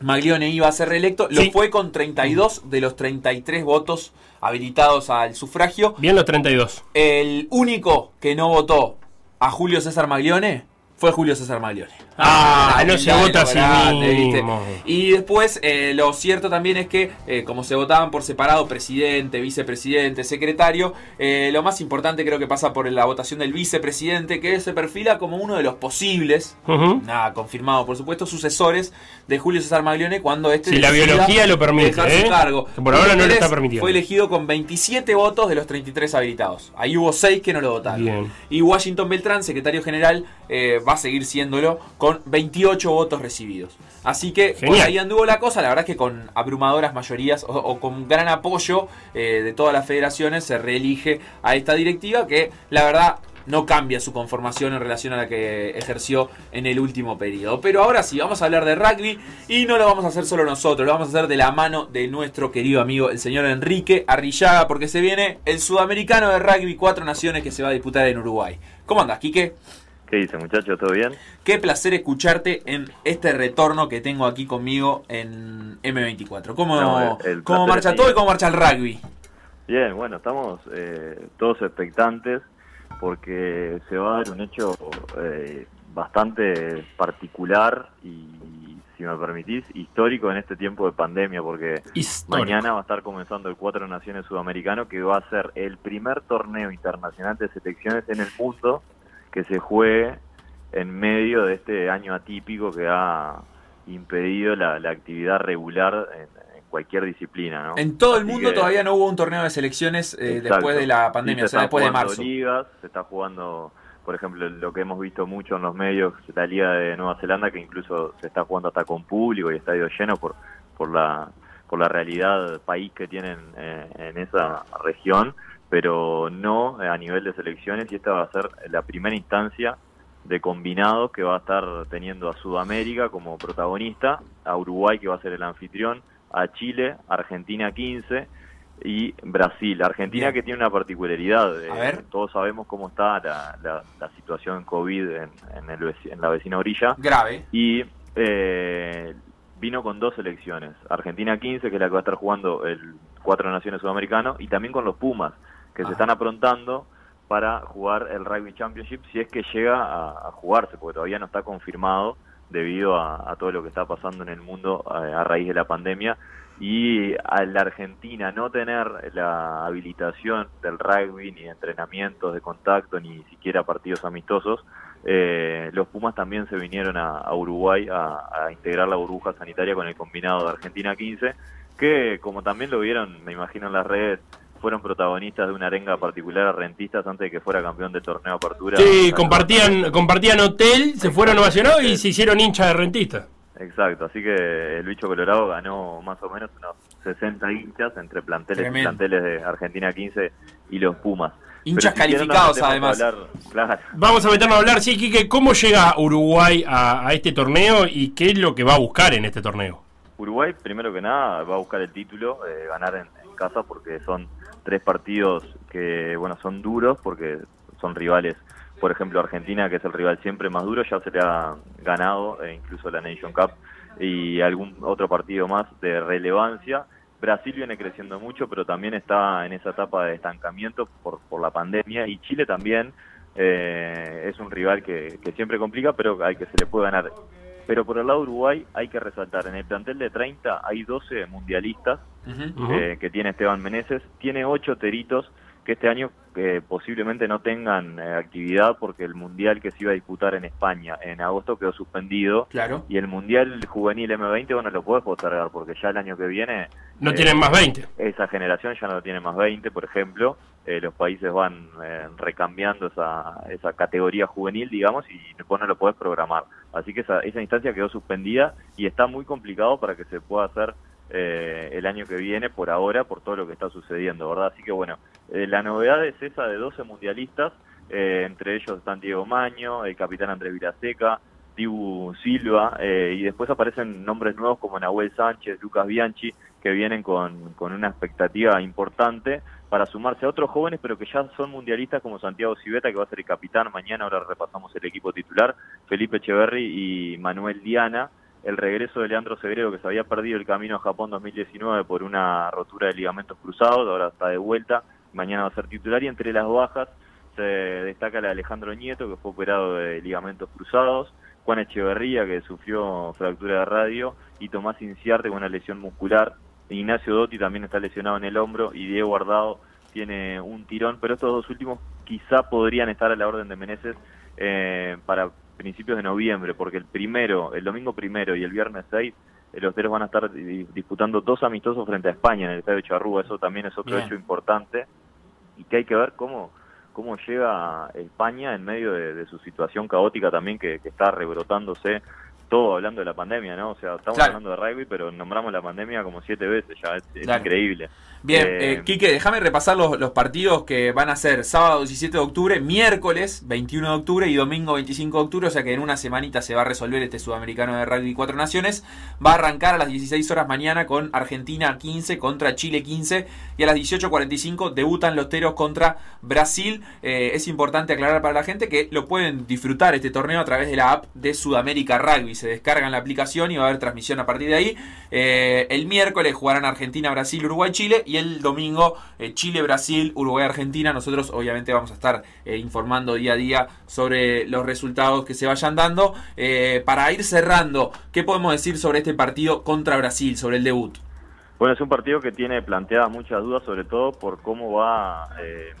Maglione iba a ser reelecto. Lo
Sí.
fue con 32 de los 33 votos habilitados al sufragio.
Bien los 32.
El único que no votó a Julio César Maglione fue Julio César Maglione.
Ah,
la
no se
humildad
vota
de lo
a sí
grande, ¿viste?
mismo.
Y después, eh, lo cierto también es que, eh, como se votaban por separado, presidente, vicepresidente, secretario, eh, lo más importante creo que pasa por la votación del vicepresidente, que se perfila como uno de los posibles,
Ujú.
nada confirmado por supuesto, sucesores de Julio César Maglione cuando este...
Si la
decida
biología lo permite,
Dejar
¿eh?
su cargo.
Que por ahora no lo
Pérez
está permitiendo.
Fue elegido con 27 votos de los 33 habilitados. Ahí hubo 6 que no lo votaron.
Bien.
Y Washington Beltrán, secretario general, eh, va a seguir siéndolo con 28 votos recibidos. Así que por
Genial.
ahí anduvo la cosa. La verdad es que con abrumadoras mayorías o, o con gran apoyo eh, de todas las federaciones se reelige a esta directiva que la verdad no cambia su conformación en relación a la que ejerció en el último periodo. Pero ahora sí, vamos a hablar de rugby y no lo vamos a hacer solo nosotros, lo vamos a hacer de la mano de nuestro querido amigo el señor Enrique Arrillaga porque se viene el sudamericano de rugby Cuatro Naciones que se va a disputar en Uruguay. ¿Cómo andas, Quique?
¿Qué dice muchachos? ¿Todo bien?
Qué placer escucharte en este retorno que tengo aquí conmigo en M24. ¿Cómo,
No, el- el
cómo
placer
marcha
es
todo y
mío.
cómo marcha el rugby?
Bien, bueno, estamos eh, todos expectantes porque se va a dar un hecho eh, bastante particular y, si me permitís, histórico en este tiempo de pandemia porque
Histórico.
mañana va a estar comenzando el Cuatro Naciones Sudamericano que va a ser el primer torneo internacional de selecciones en el mundo que se juegue en medio de este año atípico que ha impedido la, la actividad regular en, en cualquier disciplina. ¿no?
En todo el
Así
mundo
que-
todavía no hubo un torneo de selecciones eh,
Exacto.
después de la pandemia,
Sí,
o
se
sea,
están
después de
jugando
marzo.
ligas, se está jugando, por ejemplo, lo que hemos visto mucho en los medios, la Liga de Nueva Zelanda, que incluso se está jugando hasta con público y estadio lleno por, por, la, por la realidad país que tienen eh, en esa región, pero no a nivel de selecciones, y esta va a ser la primera instancia de combinados que va a estar teniendo a Sudamérica como protagonista, a Uruguay que va a ser el anfitrión, a Chile, Argentina 15 y Brasil. Argentina
Bien.
que tiene una particularidad. eh,
A ver.
Todos sabemos cómo está la, la- la situación COVID en, en el veci- en la vecina orilla
Grave.
y eh, vino con dos selecciones, Argentina 15, que es la que va a estar jugando el Cuatro Naciones Sudamericano, y también con los Pumas, que
Ajá.
se están aprontando para jugar el Rugby Championship, si es que llega a, a jugarse, porque todavía no está confirmado debido a, a todo lo que está pasando en el mundo eh, a raíz de la pandemia. Y a la Argentina no tener la habilitación del rugby, ni entrenamientos de contacto, ni siquiera partidos amistosos, eh, los Pumas también se vinieron a, a Uruguay a, a integrar la burbuja sanitaria con el combinado de Argentina 15, que como también lo vieron, me imagino en las redes, fueron protagonistas de una arenga particular a rentistas antes de que fuera campeón de torneo apertura.
Sí,
Salud.
compartían, compartían hotel, se fueron a Nacional y se hicieron hinchas de rentista.
Exacto, así que el bicho colorado ganó más o menos unos 60 hinchas entre planteles, y
Tremendo.
planteles de Argentina 15 y los Pumas.
Hinchas
Pero si quieren, nos
calificados,
metemos a
además.
hablar- claro.
Vamos a meternos a hablar, sí, Quique, ¿cómo llega Uruguay a, a este torneo y qué es lo que va a buscar en este torneo?
Uruguay, primero que nada, va a buscar el título, eh, ganar en, en casa, porque son tres partidos que, bueno, son duros, porque son rivales. Por ejemplo, Argentina, que es el rival siempre más duro, ya se le ha ganado, eh, incluso la Nation Cup, y algún otro partido más de relevancia. Brasil viene creciendo mucho, pero también está en esa etapa de estancamiento por, por la pandemia, y Chile también. eh, es un rival que, que siempre complica, pero al que se le puede ganar. Pero por el lado de Uruguay hay que resaltar, en el plantel de 30 hay 12 mundialistas
Ujú.
Ujú.
eh, que tiene Esteban Meneses, tiene 8 teritos, que este año eh, posiblemente no tengan eh, actividad porque el mundial que se iba a disputar en España en agosto quedó suspendido.
Claro.
Y el mundial juvenil M20, bueno, lo puedes postergar porque ya el año que viene.
No
eh,
tienen más 20.
Esa generación ya no tiene más 20, por ejemplo. Eh, los países van eh, recambiando esa, esa categoría juvenil, digamos, y vos no lo podés programar. Así que esa, esa instancia quedó suspendida y está muy complicado para que se pueda hacer eh, el año que viene por ahora, por todo lo que está sucediendo, ¿verdad? Así que bueno, eh, la novedad es esa de 12 mundialistas, eh, entre ellos están Diego Maño, el capitán Andrés Vilaseca, Dibu Silva, eh, y después aparecen nombres nuevos como Nahuel Sánchez, Lucas Bianchi, que vienen con, con una expectativa importante para sumarse a otros jóvenes, pero que ya son mundialistas como Santiago Civeta, que va a ser el capitán mañana, ahora repasamos el equipo titular, Felipe Echeverri y Manuel Diana, el regreso de Leandro Segredo, que se había perdido el camino a Japón 2019 por una rotura de ligamentos cruzados, ahora está de vuelta, mañana va a ser titular, y entre las bajas se destaca la de Alejandro Nieto, que fue operado de ligamentos cruzados, Juan Echeverría, que sufrió fractura de radio, y Tomás Inciarte con una lesión muscular, Ignacio Dotti también está lesionado en el hombro, y Diego Guardado tiene un tirón, pero estos dos últimos quizá podrían estar a la orden de Meneses eh, para principios de noviembre, porque el primero, el domingo primero y el viernes 6, eh, los Teros van a estar di- disputando dos amistosos frente a España en el Estadio Charrúa, eso también es otro
Bien.
hecho importante, y que hay que ver cómo, cómo llega España en medio de, de su situación caótica también que, que está rebrotándose, todo hablando de la pandemia, ¿no? O sea, estamos
Claro.
hablando de rugby, pero nombramos la pandemia como siete veces, ya es, es
Claro.
increíble.
Bien,
Eh,
eh, Quique, déjame repasar los, los partidos que van a ser sábado 17 de octubre, miércoles 21 de octubre y domingo 25 de octubre, o sea que en una semanita se va a resolver este sudamericano de rugby cuatro naciones. Va a arrancar a las 16 horas mañana con Argentina 15 contra Chile 15 y a las 18.45 debutan los teros contra Brasil. Eh, es importante aclarar para la gente que lo pueden disfrutar este torneo a través de la app de Sudamérica Rugby. Se descargan la aplicación y va a haber transmisión a partir de ahí. Eh, el miércoles jugarán Argentina, Brasil, Uruguay, Chile. Y el domingo eh, Chile, Brasil, Uruguay, Argentina. Nosotros obviamente vamos a estar eh, informando día a día sobre los resultados que se vayan dando. Eh, para ir cerrando, ¿qué podemos decir sobre este partido contra Brasil, sobre el debut?
Bueno, es un partido que tiene planteadas muchas dudas, sobre todo por cómo va eh,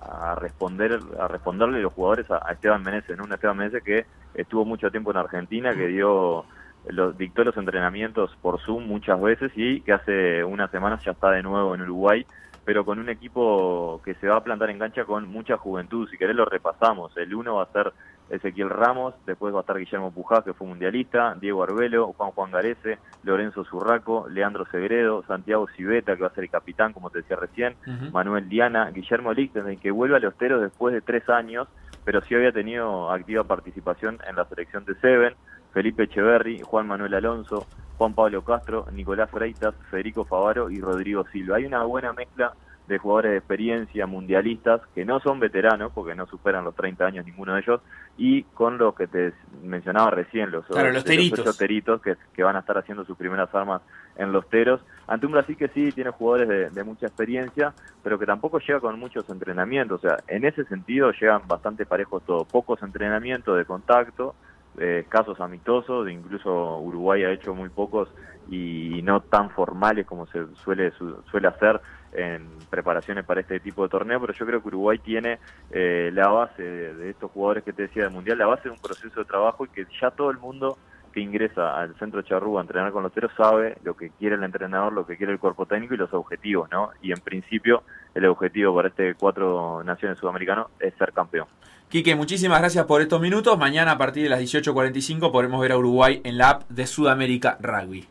a responder a responderle los jugadores a, a Esteban Meneses, ¿no? Un Esteban Meneses que estuvo mucho tiempo en Argentina, que dio los, dictó los entrenamientos por Zoom muchas veces y que hace unas semanas ya está de nuevo en Uruguay, pero con un equipo que se va a plantar en cancha con mucha juventud. Si querés lo repasamos. El uno va a ser Ezequiel Ramos, después va a estar Guillermo Pujá, que fue mundialista, Diego Arbelo, Juan Juan Garese, Lorenzo Zurraco, Leandro Segredo, Santiago Civeta, que va a ser el capitán, como te decía recién,
Ujú.
Manuel Diana, Guillermo Lichtenstein, que vuelve a los teros después de tres años, pero sí había tenido activa participación en la selección de Seven, Felipe Echeverri, Juan Manuel Alonso, Juan Pablo Castro, Nicolás Freitas, Federico Favaro y Rodrigo Silva. Hay una buena mezcla de jugadores de experiencia, mundialistas, que no son veteranos, porque no superan los 30 años ninguno de ellos, y con los que te mencionaba recién, los,
Claro, los
de
teritos.
ocho teritos que, que van a estar haciendo sus primeras armas en los teros, ante un Brasil que sí tiene jugadores de, de mucha experiencia, pero que tampoco llega con muchos entrenamientos, o sea, en ese sentido llegan bastante parejos todos, pocos entrenamientos de contacto, eh, casos amistosos, incluso Uruguay ha hecho muy pocos y no tan formales como se suele su- suele hacer en preparaciones para este tipo de torneo, pero yo creo que Uruguay tiene eh, la base de, de estos jugadores que te decía del Mundial, la base de un proceso de trabajo y que ya todo el mundo que ingresa al centro Charrúa a entrenar con los teros sabe lo que quiere el entrenador, lo que quiere el cuerpo técnico y los objetivos, ¿no? Y en principio el objetivo para este cuatro naciones sudamericano es ser campeón.
Quique, muchísimas gracias por estos minutos. Mañana a partir de las 18.45 podremos ver a Uruguay en la app de Sudamérica Rugby.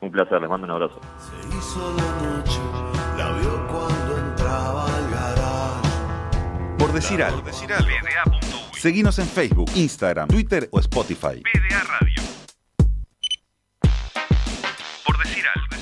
Un placer, les mando un abrazo.
Hizo la noche, la vio cuando entraba al garage.
Por decir algo. Seguinos en Facebook, Instagram, Twitter o Spotify.
Por decir algo.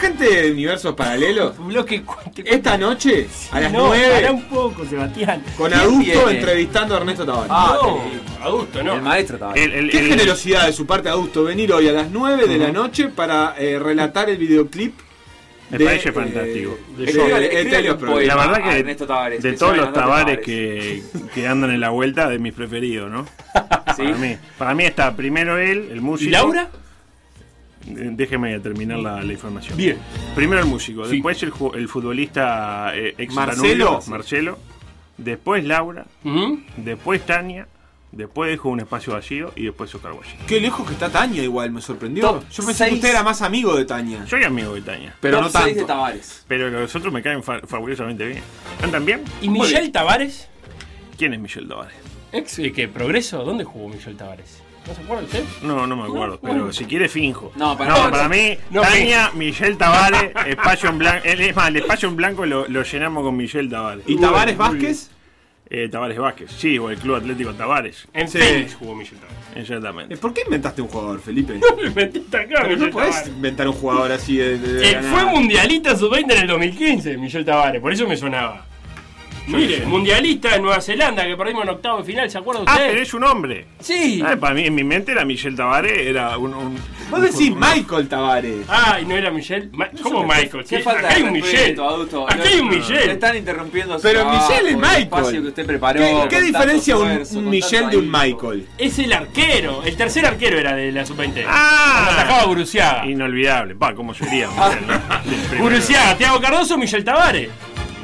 gente de universos paralelos? Esta noche, a las
No,
9,
pará un poco, Sebastián.
con
¿Quién
Augusto
viene?
entrevistando a Ernesto Tavares.
Ah, no, Augusto, no.
El maestro estaba.
El- el-
Qué
Eh,
el-
generosidad de su parte, Augusto, venir hoy a las 9 de la noche para eh, relatar el videoclip.
Me
de,
parece
eh,
fantástico.
de-
Yo-
de- de Telios Provincias.
la verdad que de todos los tabares
Tavares
que, que andan en la vuelta, de mis preferidos, ¿no?
Ah,
Para, mí, para mí está primero él, el músico.
¿Y Laura?
Eh, Déjeme terminar la, la información.
Bien.
Primero el músico,
Sí.
después el, ju- el futbolista eh, ex
Marcelo.
Danubio, Marcelo, después Laura, después Tania, después dejó un espacio vacío y después Oscar Washington.
Qué lejos que está Tania, igual, me sorprendió.
Top
Yo pensé que
seis.
usted era más amigo de Tania.
Soy amigo de Tania.
Pero Top no seis tanto. de
Pero los otros me caen fa- fabulosamente bien. ¿Andan bien?
¿Y Michel Tavares?
¿Quién es Michel Tavares?
Ex, eh, ¿qué? ¿Progreso? ¿Dónde jugó Michel Tavares? ¿No se acuerda usted?
No, no me acuerdo. Pero si quiere, finjo.
No, para-
no, para mí,
No,
Tania, Michel Tavares, espacio en blanco. Es más, el espacio en blanco lo, lo llenamos con Michel Tavares.
¿Y Tavares Vázquez?
Eh, Tavares Vázquez, sí, o el Club Atlético Tavares.
En
sí.
Fénix jugó Michel Tavares.
Exactamente.
¿Por qué inventaste un jugador, Felipe?
Pero
no podés inventar un jugador así de. de- de
Eh,
la
fue
nada.
mundialista sub-20 en el 2015, Michel Tavares, por eso me sonaba. Mire, mundialista de Nueva Zelanda que perdimos en octavo de final, ¿se acuerda usted?
Ah, pero es un hombre.
Sí.
Ah, para mí, en mi mente era Michel Tavares, era un. un
Vos decís Michael Tavares.
Ay, no era Michel. Ma- ¿Cómo Michael?
¿Qué
Sí,
falta
acá hay
de
un Michel.
respeto, adulto?
Acá
No,
hay un
no,
Michel.
le están interrumpiendo su
Pero
trabajo,
Michel es
el
Michael.
espacio que usted preparó.
¿Qué-
con
¿Qué,
tanto
diferencia un,
esfuerzo,
un
con
Michel
tanto
de un
ahínco?
Michael?
Es el arquero, el tercer arquero era de la sub-20.
¡Ah!
Atajaba Guruciaga.
Inolvidable, pa, como yo diría.
Ah.
Michel, ¿no? Del primero.
Guruciaga, Thiago Cardoso, Michel Tavares.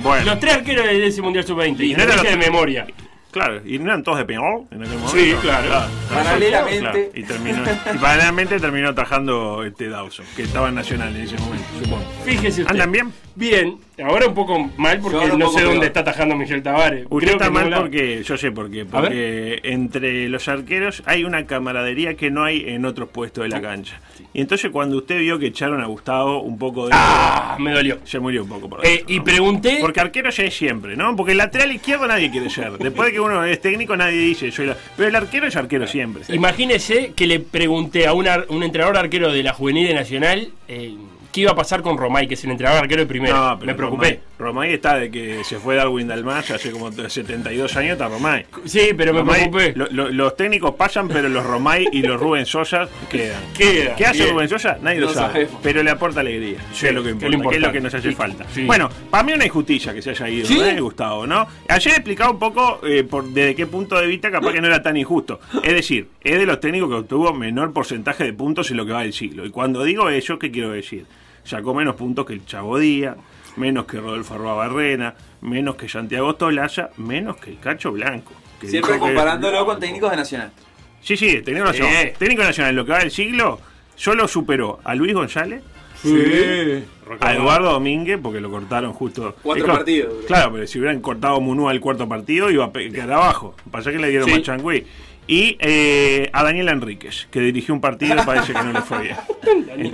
Bueno,
Los tres arqueros de ese mundial sub-20. Y
no
no
era
de
los-
memoria.
claro, y no eran todos de Peñol en aquel momento.
Sí, claro.
Paralelamente.
Claro, y, terminó, y paralelamente terminó atajando este Dawson, que estaba en Nacional en ese momento, supongo.
Fíjese usted.
¿Andan bien?
Bien, ahora un poco mal
Yo
porque
ahora
no
un poco
sé dónde
peor.
está atajando Michel Tavares.
Usted
Creo
está
que
mal
no la-
porque, yo sé por qué,
A ver.
porque entre los arqueros hay una camaradería que no hay en otros puestos de la cancha. Y entonces cuando usted vio que echaron a Gustavo un poco de...
Ah, me dolió.
Se murió un poco por
Eh,
dentro,
y
¿no?
pregunté.
Porque arquero ya es siempre, ¿no? Porque el lateral izquierdo nadie quiere ser. Después de que uno es técnico, nadie dice. Soy la... Pero el arquero es arquero siempre.
Imagínese que le pregunté a un ar- un entrenador arquero de la Juvenil de Nacional eh, qué iba a pasar con Romay, que es el entrenador arquero de primera.
No, pero
me preocupé.
Romay, Romay está de que se fue Darwin Dalmas hace como 72 años, está Romay.
Sí, pero me
Romay,
preocupé.
lo- lo- los técnicos pasan, pero los Romay y los Rubén Sosa quedan.
Queda,
¿Qué hace
bien.
Rubén Sosa? Nadie lo
No
sabe.
sabemos.
Pero le aporta alegría. que es lo que
que es lo
importa, que es lo
importante.
que nos hace
Sí,
falta.
sí.
Bueno, para mí una injusticia que se haya ido,
Sí.
¿eh, Gustavo? ¿no? Ayer explicaba un poco eh, por, desde qué punto de vista capaz que no era tan injusto. Es decir, es de los técnicos que obtuvo menor porcentaje de puntos en lo que va del siglo. Y cuando digo eso, ¿qué quiero decir? Sacó menos puntos que el Chavo Díaz, menos que Rodolfo Arroa Barrena, menos que Santiago Tolaya, menos que el Cacho Blanco. que
Siempre
dijo que-
comparándolo con técnicos de Nacional.
Sí, sí, técnico
Eh.
nacional.
Sí.
Técnico nacional, lo que va del siglo, solo superó a Luis González,
Sí.
a Eduardo Domínguez, porque lo cortaron justo.
Cuatro
Es claro,
partidos, bro.
Claro, pero si hubieran cortado Munúa el cuarto partido, iba a pe- quedar abajo. Pasa que le dieron
Sí.
a Changui. Y eh, a Daniel Enríquez, que dirigió un partido y parece que no le fue bien.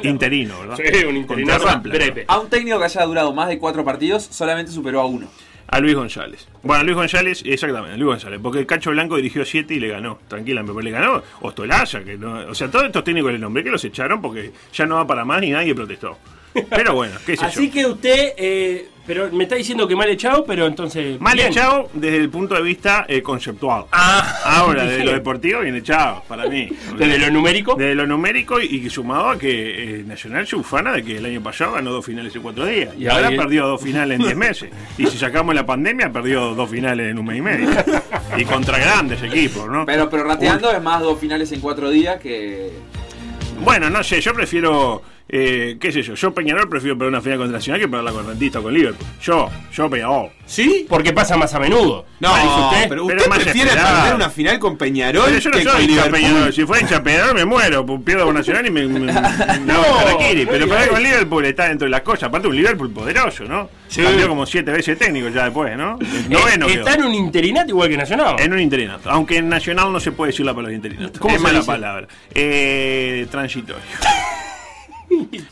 interino, ¿verdad?
Sí, un interinato
Contra Rampla,
breve.
A un técnico que haya durado más de cuatro partidos, solamente superó a uno.
A Luis González. Bueno, Luis González, exactamente, Luis González. Porque el Cacho Blanco dirigió 7 y le ganó. Tranquila, pero le ganó Ostolaya. Que no, o sea, todos estos técnicos del nombre que los echaron porque ya no va para más y nadie protestó. Pero bueno, qué sé
Así
yo.
que usted. eh, pero me está diciendo que mal echado, pero entonces.
Mal
bien.
echado desde el punto de vista eh, conceptual.
Ah,
Ahora, desde lo deportivo, bien echado, para mí.
Desde lo numérico.
Desde lo numérico y, y sumado a que eh, Nacional se ufana de que el año pasado ganó dos finales en cuatro días. Y,
Y
ahora
ahí-
perdió dos finales en diez meses. Y si sacamos la pandemia, perdió dos finales en un mes y medio. y contra grandes equipos, ¿no?
Pero, pero rateando es más dos finales en cuatro días que.
Bueno, no sé, yo prefiero. eh, ¿Qué sé yo? Yo Peñarol prefiero perder una final contra Nacional que perderla con Rentista o con Liverpool. Yo, yo Peñarol.
¿Sí?
Porque pasa más a menudo.
No,
Mal hizo usted.
pero
Pero
usted
más
prefiere
esperado.
perder una final con Peñarol
Pero yo no
que
soy
con
hincha de
Liverpool.
Peñarol. Si fuera hincha de Peñarol me muero. Pierdo con Nacional y me. me- me- me hago harakiri.
eh,
Pero perder con Liverpool está dentro de las cosas. Aparte, un Liverpool poderoso, ¿no?
Sí.
Cambió como siete veces técnico ya después, ¿no?
Eh,
Noveno. quedó.
está en un interinato igual que Nacional.
En un interinato. Aunque en Nacional no se puede decir la palabra interinato.
¿Cómo
es
se
mala
dice?
palabra. Eh, transitorio.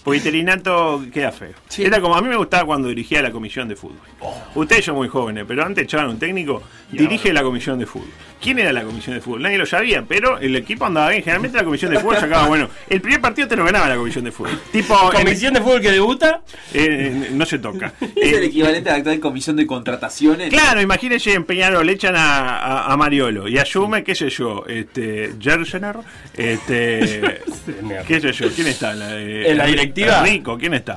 Porque interinato queda feo. Era como a mí me gustaba cuando dirigía la comisión de fútbol.
Oh.
Ustedes son muy jóvenes, pero antes echaban un técnico, dirige la comisión de fútbol. ¿Quién era la comisión de fútbol? Nadie lo sabía, pero el equipo andaba bien. Generalmente la comisión de fútbol sacaba bueno. El primer partido te lo ganaba la comisión de fútbol. Tipo, eh,
¿Comisión de fútbol que debuta?
no se toca.
Es el equivalente a la actual comisión de contrataciones.
Claro, imagínense en Peñarol, echan a, a- a Mariolo y asume, qué sé yo, este, Jersener, este, qué sé yo, ¿quién está? La, de-
¿En la directiva? Eh,
Rico, ¿quién está?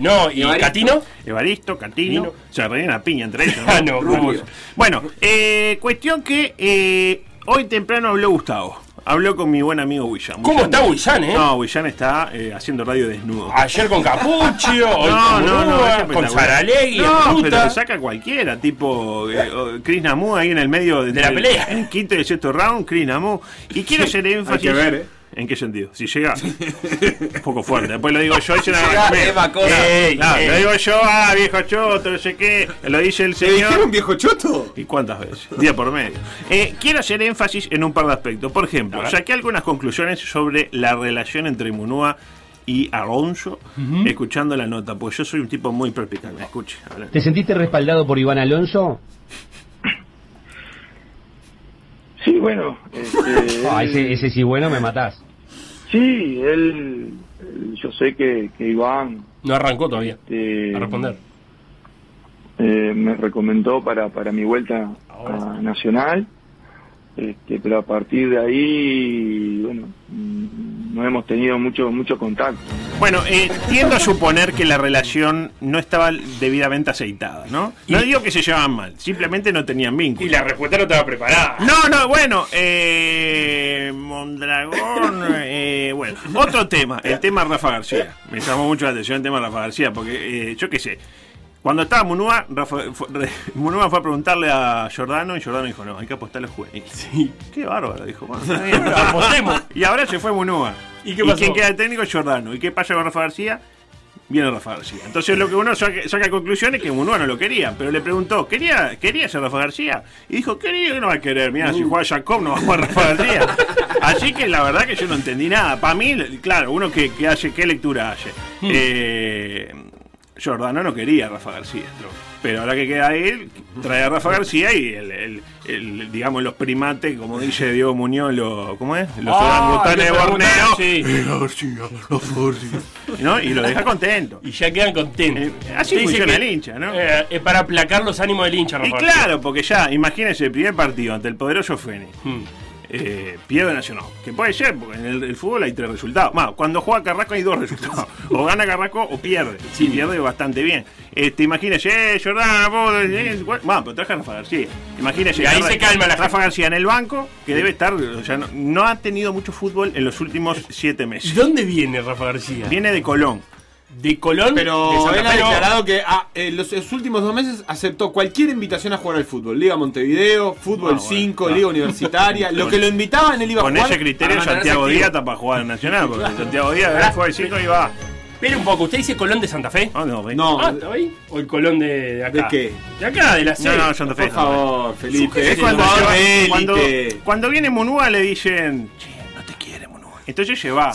no, ¿y Evaristo. Catino?
Evaristo, Catino,
Nino.
se arreglan a piña entre ellos.
Ah, no,
Rubio.
Rubio.
Bueno, eh, cuestión que eh, hoy temprano habló Gustavo. Habló con mi buen amigo William.
¿Cómo está Willán, eh?
No, William está eh, haciendo radio desnudo.
Ayer con Capuccio, Ah, hoy
no,
con
no, no,
Murúa,
es
con
espectacular.
Saralegui, en
No,
ruta.
pero saca cualquiera, tipo eh, o Chris Namu ahí en el medio de,
la pelea.
En quinto y sexto round, Chris Namu. Y quiero hacer énfasis.
que ver, eh.
¿En qué sentido? Si llega. Un poco fuerte. Después lo digo yo. y se la-
Llega,
me-
Emma Cora.
Ey, claro,
Ey.
Lo digo yo, ah, viejo choto, no sé qué. Lo dice el señor.
dijeron viejo choto?
¿Y cuántas veces? Día por medio. Eh, quiero hacer énfasis en un par de aspectos. Por ejemplo, saqué algunas conclusiones sobre la relación entre Munúa y Alonso, escuchando la nota, pues yo soy un tipo muy perspicaz. Escuche. a ver.
¿Te sentiste respaldado por Iván Alonso?
Sí, bueno. este,
Ah, ese, ese sí bueno me matás.
Sí, él, él- yo sé que, que Iván
No arrancó todavía
este,
a responder.
eh, me recomendó para, para mi vuelta a Nacional, este, pero a partir de ahí, bueno, mm, no hemos tenido mucho, mucho contacto.
Bueno, eh, tiendo a suponer que la relación no estaba debidamente aceitada, ¿no? No digo que se llevaban mal, simplemente no tenían vínculo. Y la
respuesta no estaba preparada.
No, no, bueno, eh, Mondragón, eh, bueno, otro tema, el tema Rafa García. Me llamó mucho la atención el tema Rafa García, porque eh, yo qué sé, cuando estaba Munúa, Rafa- fue- re- Munúa fue a preguntarle a Giordano y Giordano dijo, no, hay que apostar a los juveniles. Qué bárbaro, dijo. bueno, está bien. y ahora se fue Munúa.
qué pasó?
quién queda de técnico? Giordano. ¿Y qué pasa con Rafa García? Viene Rafa García. Entonces lo que uno saca, saca conclusión es que Munúa no lo quería, pero le preguntó, ¿quería, quería ser Rafa García? Y dijo, quería, que no va a querer, mira, si juega Jacob no va a jugar Rafa García. Así que la verdad que yo no entendí nada. Para mí, claro, uno que, que hace, ¿qué lectura hace? Eh, Giordano no quería a Rafa García. Pero ahora que queda él, trae a Rafa García y el, el- el- digamos los primates, como dice Diego Muñoz, lo, ¿cómo es? Los
Ah,
orangutanes de
los
Borneo.
orangutanes, sí.
Eh, García, Rafa García. ¿No? Y lo deja contento.
Y ya quedan contentos.
Eh, así
Te dice
funciona
que,
el hincha, ¿no?
eh, es para aplacar los ánimos del hincha,
Y
Rafael.
claro, porque ya, imagínense el primer partido ante el poderoso Feni. Eh, pierde Nacional. Que puede ser, porque en el, el fútbol hay tres resultados. Más, cuando juega Carrasco hay dos resultados. O gana Carrasco o pierde. Sí, pierde bastante bien. Este, imagínese, eh, Jordana, vos, eh, bueno, más, pero traje a Rafa García. Imagínese.
Y ahí se calma la
Rafa García en el banco, Ah, que debe estar, o sea, no, no ha tenido mucho fútbol en los últimos siete meses.
¿Dónde viene Rafa García?
Viene de Colón.
De Colón,
Pero
de
él
Santa
ha
Fe, no.
declarado que ah, en los, los últimos dos meses aceptó cualquier invitación a jugar al fútbol. Liga Montevideo, Fútbol 5, Liga Universitaria. lo que lo invitaban, él iba
Ah, Con
a jugar.
ese criterio,
para mantenerse
Santiago
activo.
Díaz está para jugar en Nacional. Porque Santiago Díaz
Pará,
fue al cinco y Pues, va.
Espera un poco, ¿usted dice Colón de Santa Fe?
no,
No.
Ah, ¿está ahí? ¿O el Colón de, de acá?
¿De qué?
De acá, de la
No,
serie.
no, Santa Fe.
Por favor,
Sí,
Felipe.
es cuando,
jugador
lleva-
de
cuando,
élite.
cuando viene Monúa le dicen, che, no te quiere Monúa. Entonces se va.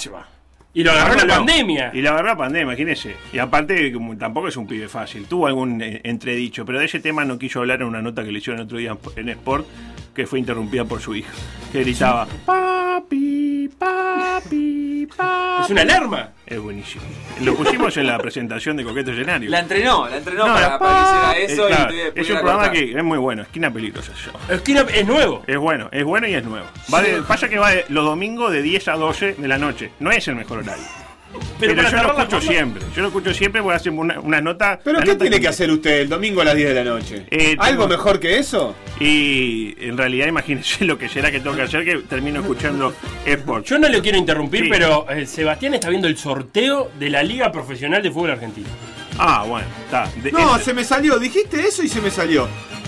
Y lo agarró la pandemia.
Y lo agarró la pandemia, imagínese. Y aparte, como tampoco es un pibe fácil. Tuvo algún eh, entredicho, pero de ese tema no quiso hablar en una nota que le hicieron el otro día en Sport, que fue interrumpida por su hija, que gritaba. Papi, papi, papi.
Es una alarma.
Es buenísimo. Lo pusimos en la presentación de Coqueto Escenario.
La entrenó, la entrenó
No,
para,
la-
para que
Eh,
hiciera eso. y
claro,
te-
es
pudiera
un programa
cortar.
que es muy bueno, Esquina Peligrosa. yo.
Esquina es nuevo.
Es bueno, es bueno y es nuevo. Va de- pasa que va de- los domingos de 10 a 12 de la noche. No es el mejor horario. Pero,
para
yo lo
agarrar la
escucho
forma-
siempre. Yo lo escucho siempre porque hacen una, una nota.
¿Pero
la
qué
nota
tiene que hacer usted el domingo a las 10 de la noche?
Eh,
¿Algo
tengo-
mejor que eso?
Y en realidad, imagínense lo que será que tengo que hacer que termino escuchando Sport.
Yo no lo quiero interrumpir,
Sí.
pero eh, Sebastián está viendo el sorteo de la Liga Profesional de Fútbol Argentino.
Ah, bueno, está.
No, se me salió. Dijiste eso y se me salió.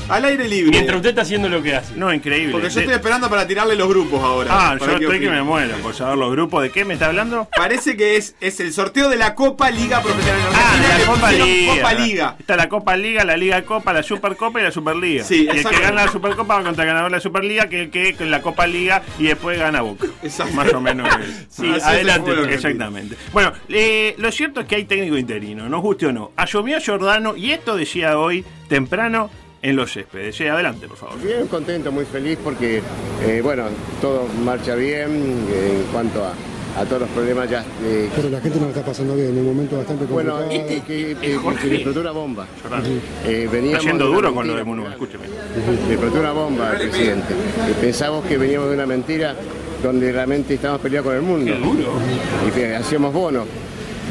Al aire libre.
Mientras usted está haciendo lo que hace.
No, increíble.
Porque yo estoy esperando para tirarle los grupos ahora.
Ah, yo
Para
estoy que
opine.
me muero por saber los grupos. ¿De qué me está hablando?
Parece que es, es el sorteo de la Copa Liga Profesional Argentina.
Ah, La
que
Copa
pusieron
Liga.
Copa Liga.
Está la Copa Liga, la Liga Copa, la Supercopa y la Superliga.
Sí,
y el que
exacto.
gana la Supercopa va contra el ganador de la Superliga, que que con la Copa Liga y después gana Boca. Más o menos. es.
Sí,
Sí,
así es el
adelante.
fútbol argentino.
Exactamente. Bueno, eh, lo cierto es que hay técnico interino, nos guste o no. Asumió Giordano y esto decía hoy temprano en los céspedes. Sí, adelante, por favor.
Bien contento, muy feliz porque, eh, bueno, todo marcha bien eh, en cuanto a, a todos los problemas ya. eh,
Pero la gente no lo está pasando bien, en un momento bastante complicado.
bueno, este, que, eh,
Jorge.
que explotó una bomba.
Ujú.
Eh,
Está
veníamos
yendo
de una
duro con lo
mentira.
de Munu, escúcheme.
Me explotó este, una bomba, presidente. Eh, Pensamos que veníamos de una mentira donde realmente estábamos peleados con el mundo. Y que hacíamos bonos.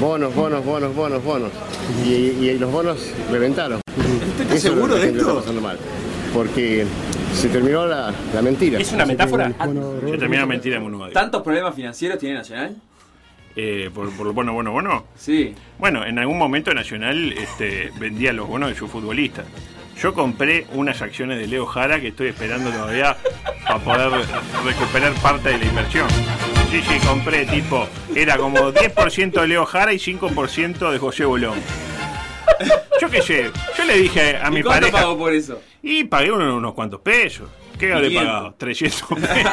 Bonos, bonos, bonos, bonos, bonos. Y, y los bonos reventaron.
está
Eso es lo
seguro
que
de
la gente
esto?
está pasando mal. Porque se terminó la, la mentira.
¿Es una metáfora?
Se termina mentira de Munu.
¿Tantos problemas financieros tiene Nacional?
Eh, por, por lo bueno, bueno, bueno.
Sí.
Bueno, en algún momento Nacional este, vendía los bonos de sus futbolistas. Yo compré unas acciones de Leo Jara que estoy esperando todavía para poder recuperar parte de la inversión. Sí, sí, compré tipo, era como 10% de Leo Jara y 5% de José Bolón. Yo qué sé, yo le dije a
¿Y
mi
cuánto
pareja...
pagó por eso?
Y pagué unos, unos cuantos pesos. ¿Qué habré
500.
pagado? 300 pesos.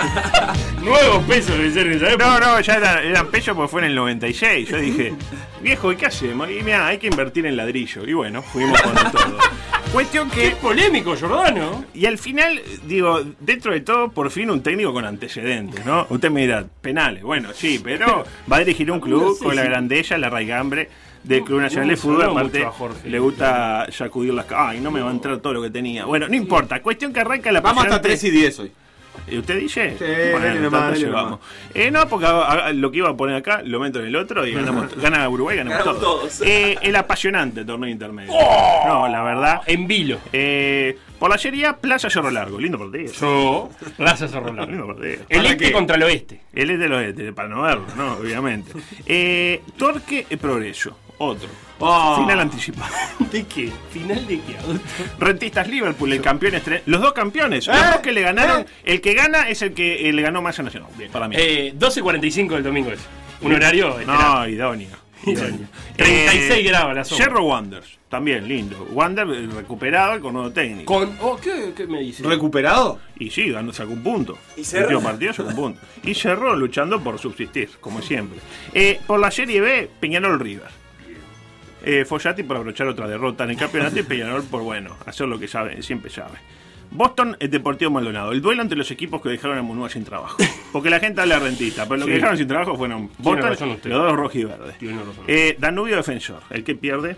Nuevos pesos debe ser en esa época. No, no, ya eran, eran pesos porque fue en el 96. Yo dije, viejo, ¿y qué hacemos? Y mira, hay que invertir en ladrillo. Y bueno, fuimos con todo. Cuestión que.
polémico, Jordano.
Y al final, digo, dentro de todo, por fin un técnico con antecedentes, ¿no? Usted me dirá, penales. Bueno, sí, pero va a dirigir un club
No sé
con la
si-
grandeza, la raigambre del Club Nacional
no
de Fútbol.
sonó
Aparte,
mucho a Jorge.
le gusta sacudir las. ca- Ay, no me va a entrar todo lo que tenía. Bueno, no importa. Cuestión que arranca la
Vamos hasta
apasionante-
3 y 10 hoy.
¿Y usted dice?
Sí,
Bueno,
dale nomás,
tanto
dale
llevamos. Eh, no, porque a- a- lo que iba a poner acá lo meto en el otro y ganamos, gana Uruguay, ganamos,
Ganamos
todos. Eh, el apasionante torneo intermedio.
¡Oh!
No, la verdad. En vilo. por la serie Plaza Cerro Largo. Lindo partido. Yo, Plaza Cerro Largo. Lindo partido.
El este contra
el oeste. El este del oeste, para no verlo, ¿no? Obviamente. Eh, Torque y Progreso. Otro.
Oh.
Final anticipado. ¿De qué?
¿Final de qué?
Rentistas Liverpool, el campeón estre- Los dos campeones,
¿Eh?
los dos que le ganaron. El que gana es el que eh, le ganó más a Nacional. Bien, para mí.
Eh, 12.45 del domingo es. Un horario.
No, Eh, idóneo.
Idóneo. 36 grados la sombra.
Cerro Wonders, también lindo. Wander eh, recuperado y con nuevo técnico.
Con, oh, ¿qué, ¿Qué me dice?
¿Recuperado? Y sí, ganó, sacó un punto.
¿Y Cerro?
Último partido sacó un punto. Y Cerro luchando por subsistir, como siempre. Eh, por la Serie B, Peñarol River. Eh, Follati por abrochar otra derrota en el campeonato y Peñarol por, bueno, hacer lo que sabe, siempre sabe. Boston eh, Deportivo Maldonado. El duelo entre los equipos que dejaron a Munúa sin trabajo. Porque la gente habla de rentista, pero los que
Sí.
dejaron sin trabajo fueron
Tiene
Boston,
razón usted.
los dos rojiverdes.
Tiene razón.
Eh, Danubio Defensor. El que pierde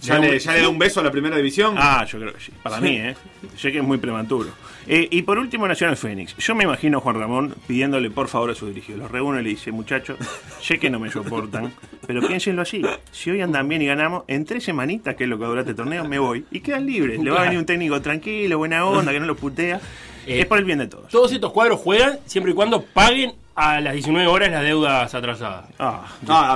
¿Ya le- ya le da un
beso a la primera división? Ah, yo creo que sí. Para mí, ¿eh? Sé que es muy prematuro. Eh, y por último, Nacional Fénix. Yo me imagino a Juan Ramón pidiéndole por favor a su dirigido. Los reúne y le dice, muchachos, sé que no me soportan, pero piénsenlo así. Si hoy andan bien y ganamos, en tres semanitas, que es lo que dura este torneo, me voy. Y quedan libres. Le va a venir un técnico tranquilo, buena onda, que no lo putea.
Eh.
es por el bien de todos.
Todos estos cuadros juegan siempre y cuando paguen a las 19 horas las deudas atrasadas.
Ah,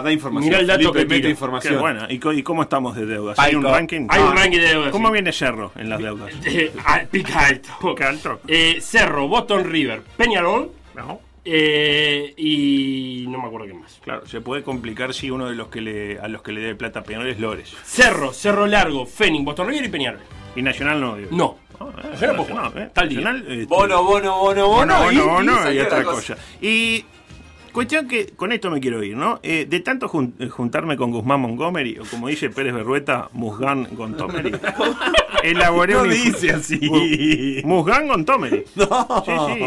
da información.
Mirá el dato
Felipe,
que
mete
tira.
información. Qué bueno. ¿Y, co- y cómo estamos de deudas?
Hay
¿Hay un
co-
ranking?
hay un
Ah.
ranking de deudas,
¿Cómo
sí.
viene Cerro en las deudas?
Eh, ah, pica alto. Eh, Cerro, Boston River, Peñarol. eh, y no me acuerdo qué más.
Claro, se puede complicar si uno de los que le, a los que le debe plata a Peñarol es Lores.
Cerro, Cerro Largo, Fénix, Boston River y Peñarol.
Y Nacional no. digo.
No.
Ah,
Nacional puede jugar.
Nacional, eh.
Tal día.
Nacional, este,
Bono, bono, bono, bono.
Bono, bono, bono, y
salió
otra
la
cosa. Y cuestión que con esto me quiero ir, ¿no? Eh, de tanto jun- eh, juntarme con Guzmán Montgomery, o como dice Pérez Berrueta, Musgan Montgomery, elaboré
No
un...
dice así.
Mu- Musgan Montgomery. No. Sí, sí.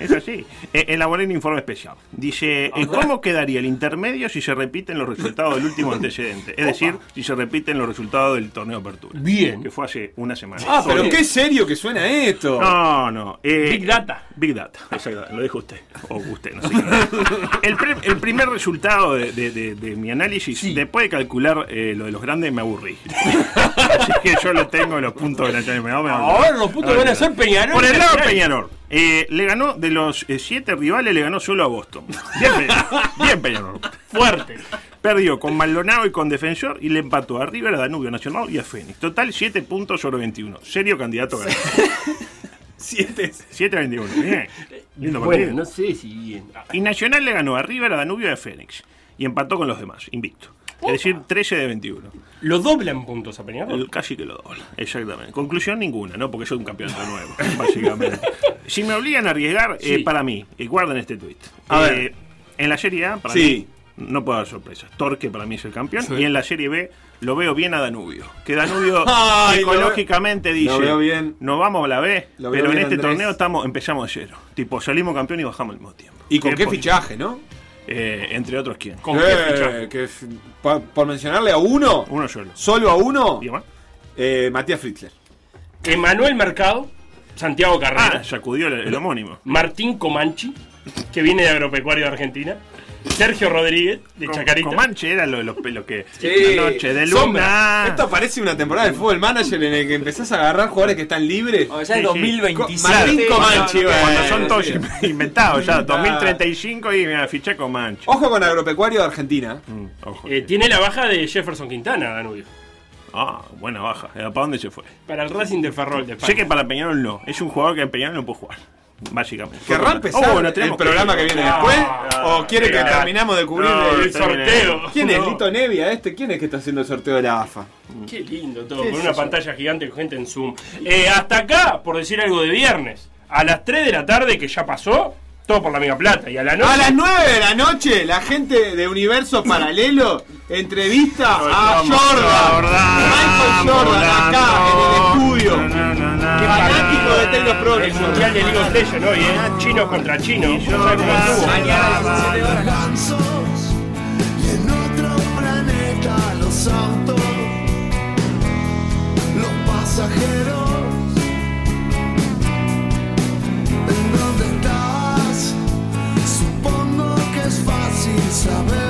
Es así. Eh, elaboré un informe especial. Dice, eh, ¿cómo quedaría el intermedio si se repiten los resultados del último antecedente? Es decir, si se repiten los resultados del torneo de apertura. Bien. Que fue hace una semana.
Ah, pero
Sobre-
qué serio que suena esto.
no, no. Big Data. Big Data, exacto. Lo dijo usted. O usted, no sé. qué. el, pre- el primer resultado de, de- de- de mi análisis, después de calcular eh, lo de los grandes, me aburrí. Así que yo lo tengo en los puntos de la Chávez. me aburrí.
Ahora los puntos
Ahora,
van a ser Peñarol.
Ah, Por el lado de
Nacional.
Peñarol. Eh, le ganó, de los eh, siete rivales, le ganó solo a Boston. Bien, Pe- bien Peñarol.
Fuerte.
Perdió con Maldonado y con Defensor y le empató a River, a Danubio, a Nacional y a Fénix. Total 7 puntos sobre 21. Serio candidato a ganar.
7
a 21. Bien. Lindo
Bueno,
partido.
no sé si bien.
Y Nacional le ganó a River, a Danubio y a Fénix. Y empató con los demás, invicto. Es decir, 13 de 21.
¿Lo doblan puntos a Peñarol?
Casi que lo doblan, exactamente. Conclusión ninguna, ¿no? Porque soy un campeonato nuevo, básicamente. Si me obligan a arriesgar, eh,
Sí.
para mí, eh, guarden este tweet.
A
Eh, En la Serie A, para
Sí.
mí, no puedo dar sorpresas. Torque para mí es el campeón.
Sí.
Y en la Serie B, lo veo bien a Danubio. Que Danubio
Ay, lo veo-
psicolólogicamente
lo
dice:
veo bien.
Nos vamos a la B,
Lo veo
pero en
bien,
este
Andrés.
torneo estamos empezamos de cero. Tipo, salimos campeón y bajamos al mismo tiempo.
¿Y con qué
pos-
fichaje, no? Eh,
Eh, entre otros, ¿quién?
¿Con qué fichaje? por mencionarle a uno.
Uno solo.
Solo a uno. Eh, Matías Fritzler.
Emanuel Mercado, Santiago Carrera.
Ah, sacudió el, homónimo.
Martín Comanchi, que viene de Agropecuario de Argentina. Sergio Rodríguez, de
Com-
Chacarita.
Comanchi era lo de los pelos que. La noche de luna.
Sombra. Esto parece una temporada de Fútbol Manager en el que empezás a agarrar jugadores que están libres.
O sea, es Sí, sí. 2027.
Co- Martín Comanchi,
Cuando-
bueno,
cuando son todos
sí.
inventados ya,
Ah.
2035 y mira, fiché Comanchi.
Ojo con Agropecuario de Argentina.
Mm,
Eh, tiene la baja de Jefferson Quintana, Danubio.
Ah, buena baja. Eh, ¿Para dónde se fue?
Para el Racing de Ferrol de España.
Sé que para Peñarol no. Es un jugador que en Peñarol no puede jugar. Básicamente.
¿Querrá empezar el programa que viene después? ¿O quiere que terminamos de cubrir el, sorteo? ¿Quién es Lito Nevia este? ¿Quién es que está haciendo el sorteo de la AFA?
Qué lindo todo,
¿Qué
con
es
una
eso?
pantalla gigante con gente en Zoom. Eh, hasta acá, por decir algo de viernes, a las 3 de la tarde, que ya pasó, todo por la Mega Plata. Y a la noche.
A las 9 de la noche, la gente de Universo Paralelo entrevista a
estamos
Jordan. Michael Jordan, acá en el estudio.
Qué fanático de Taylor Pro. El mundial de League of Legends hoy, ¿eh? Chino contra chino. No sabe cómo estuvo.
Gansos, y en otro planeta los autos, los pasajeros. ¿En dónde estás? Supongo que es fácil saber.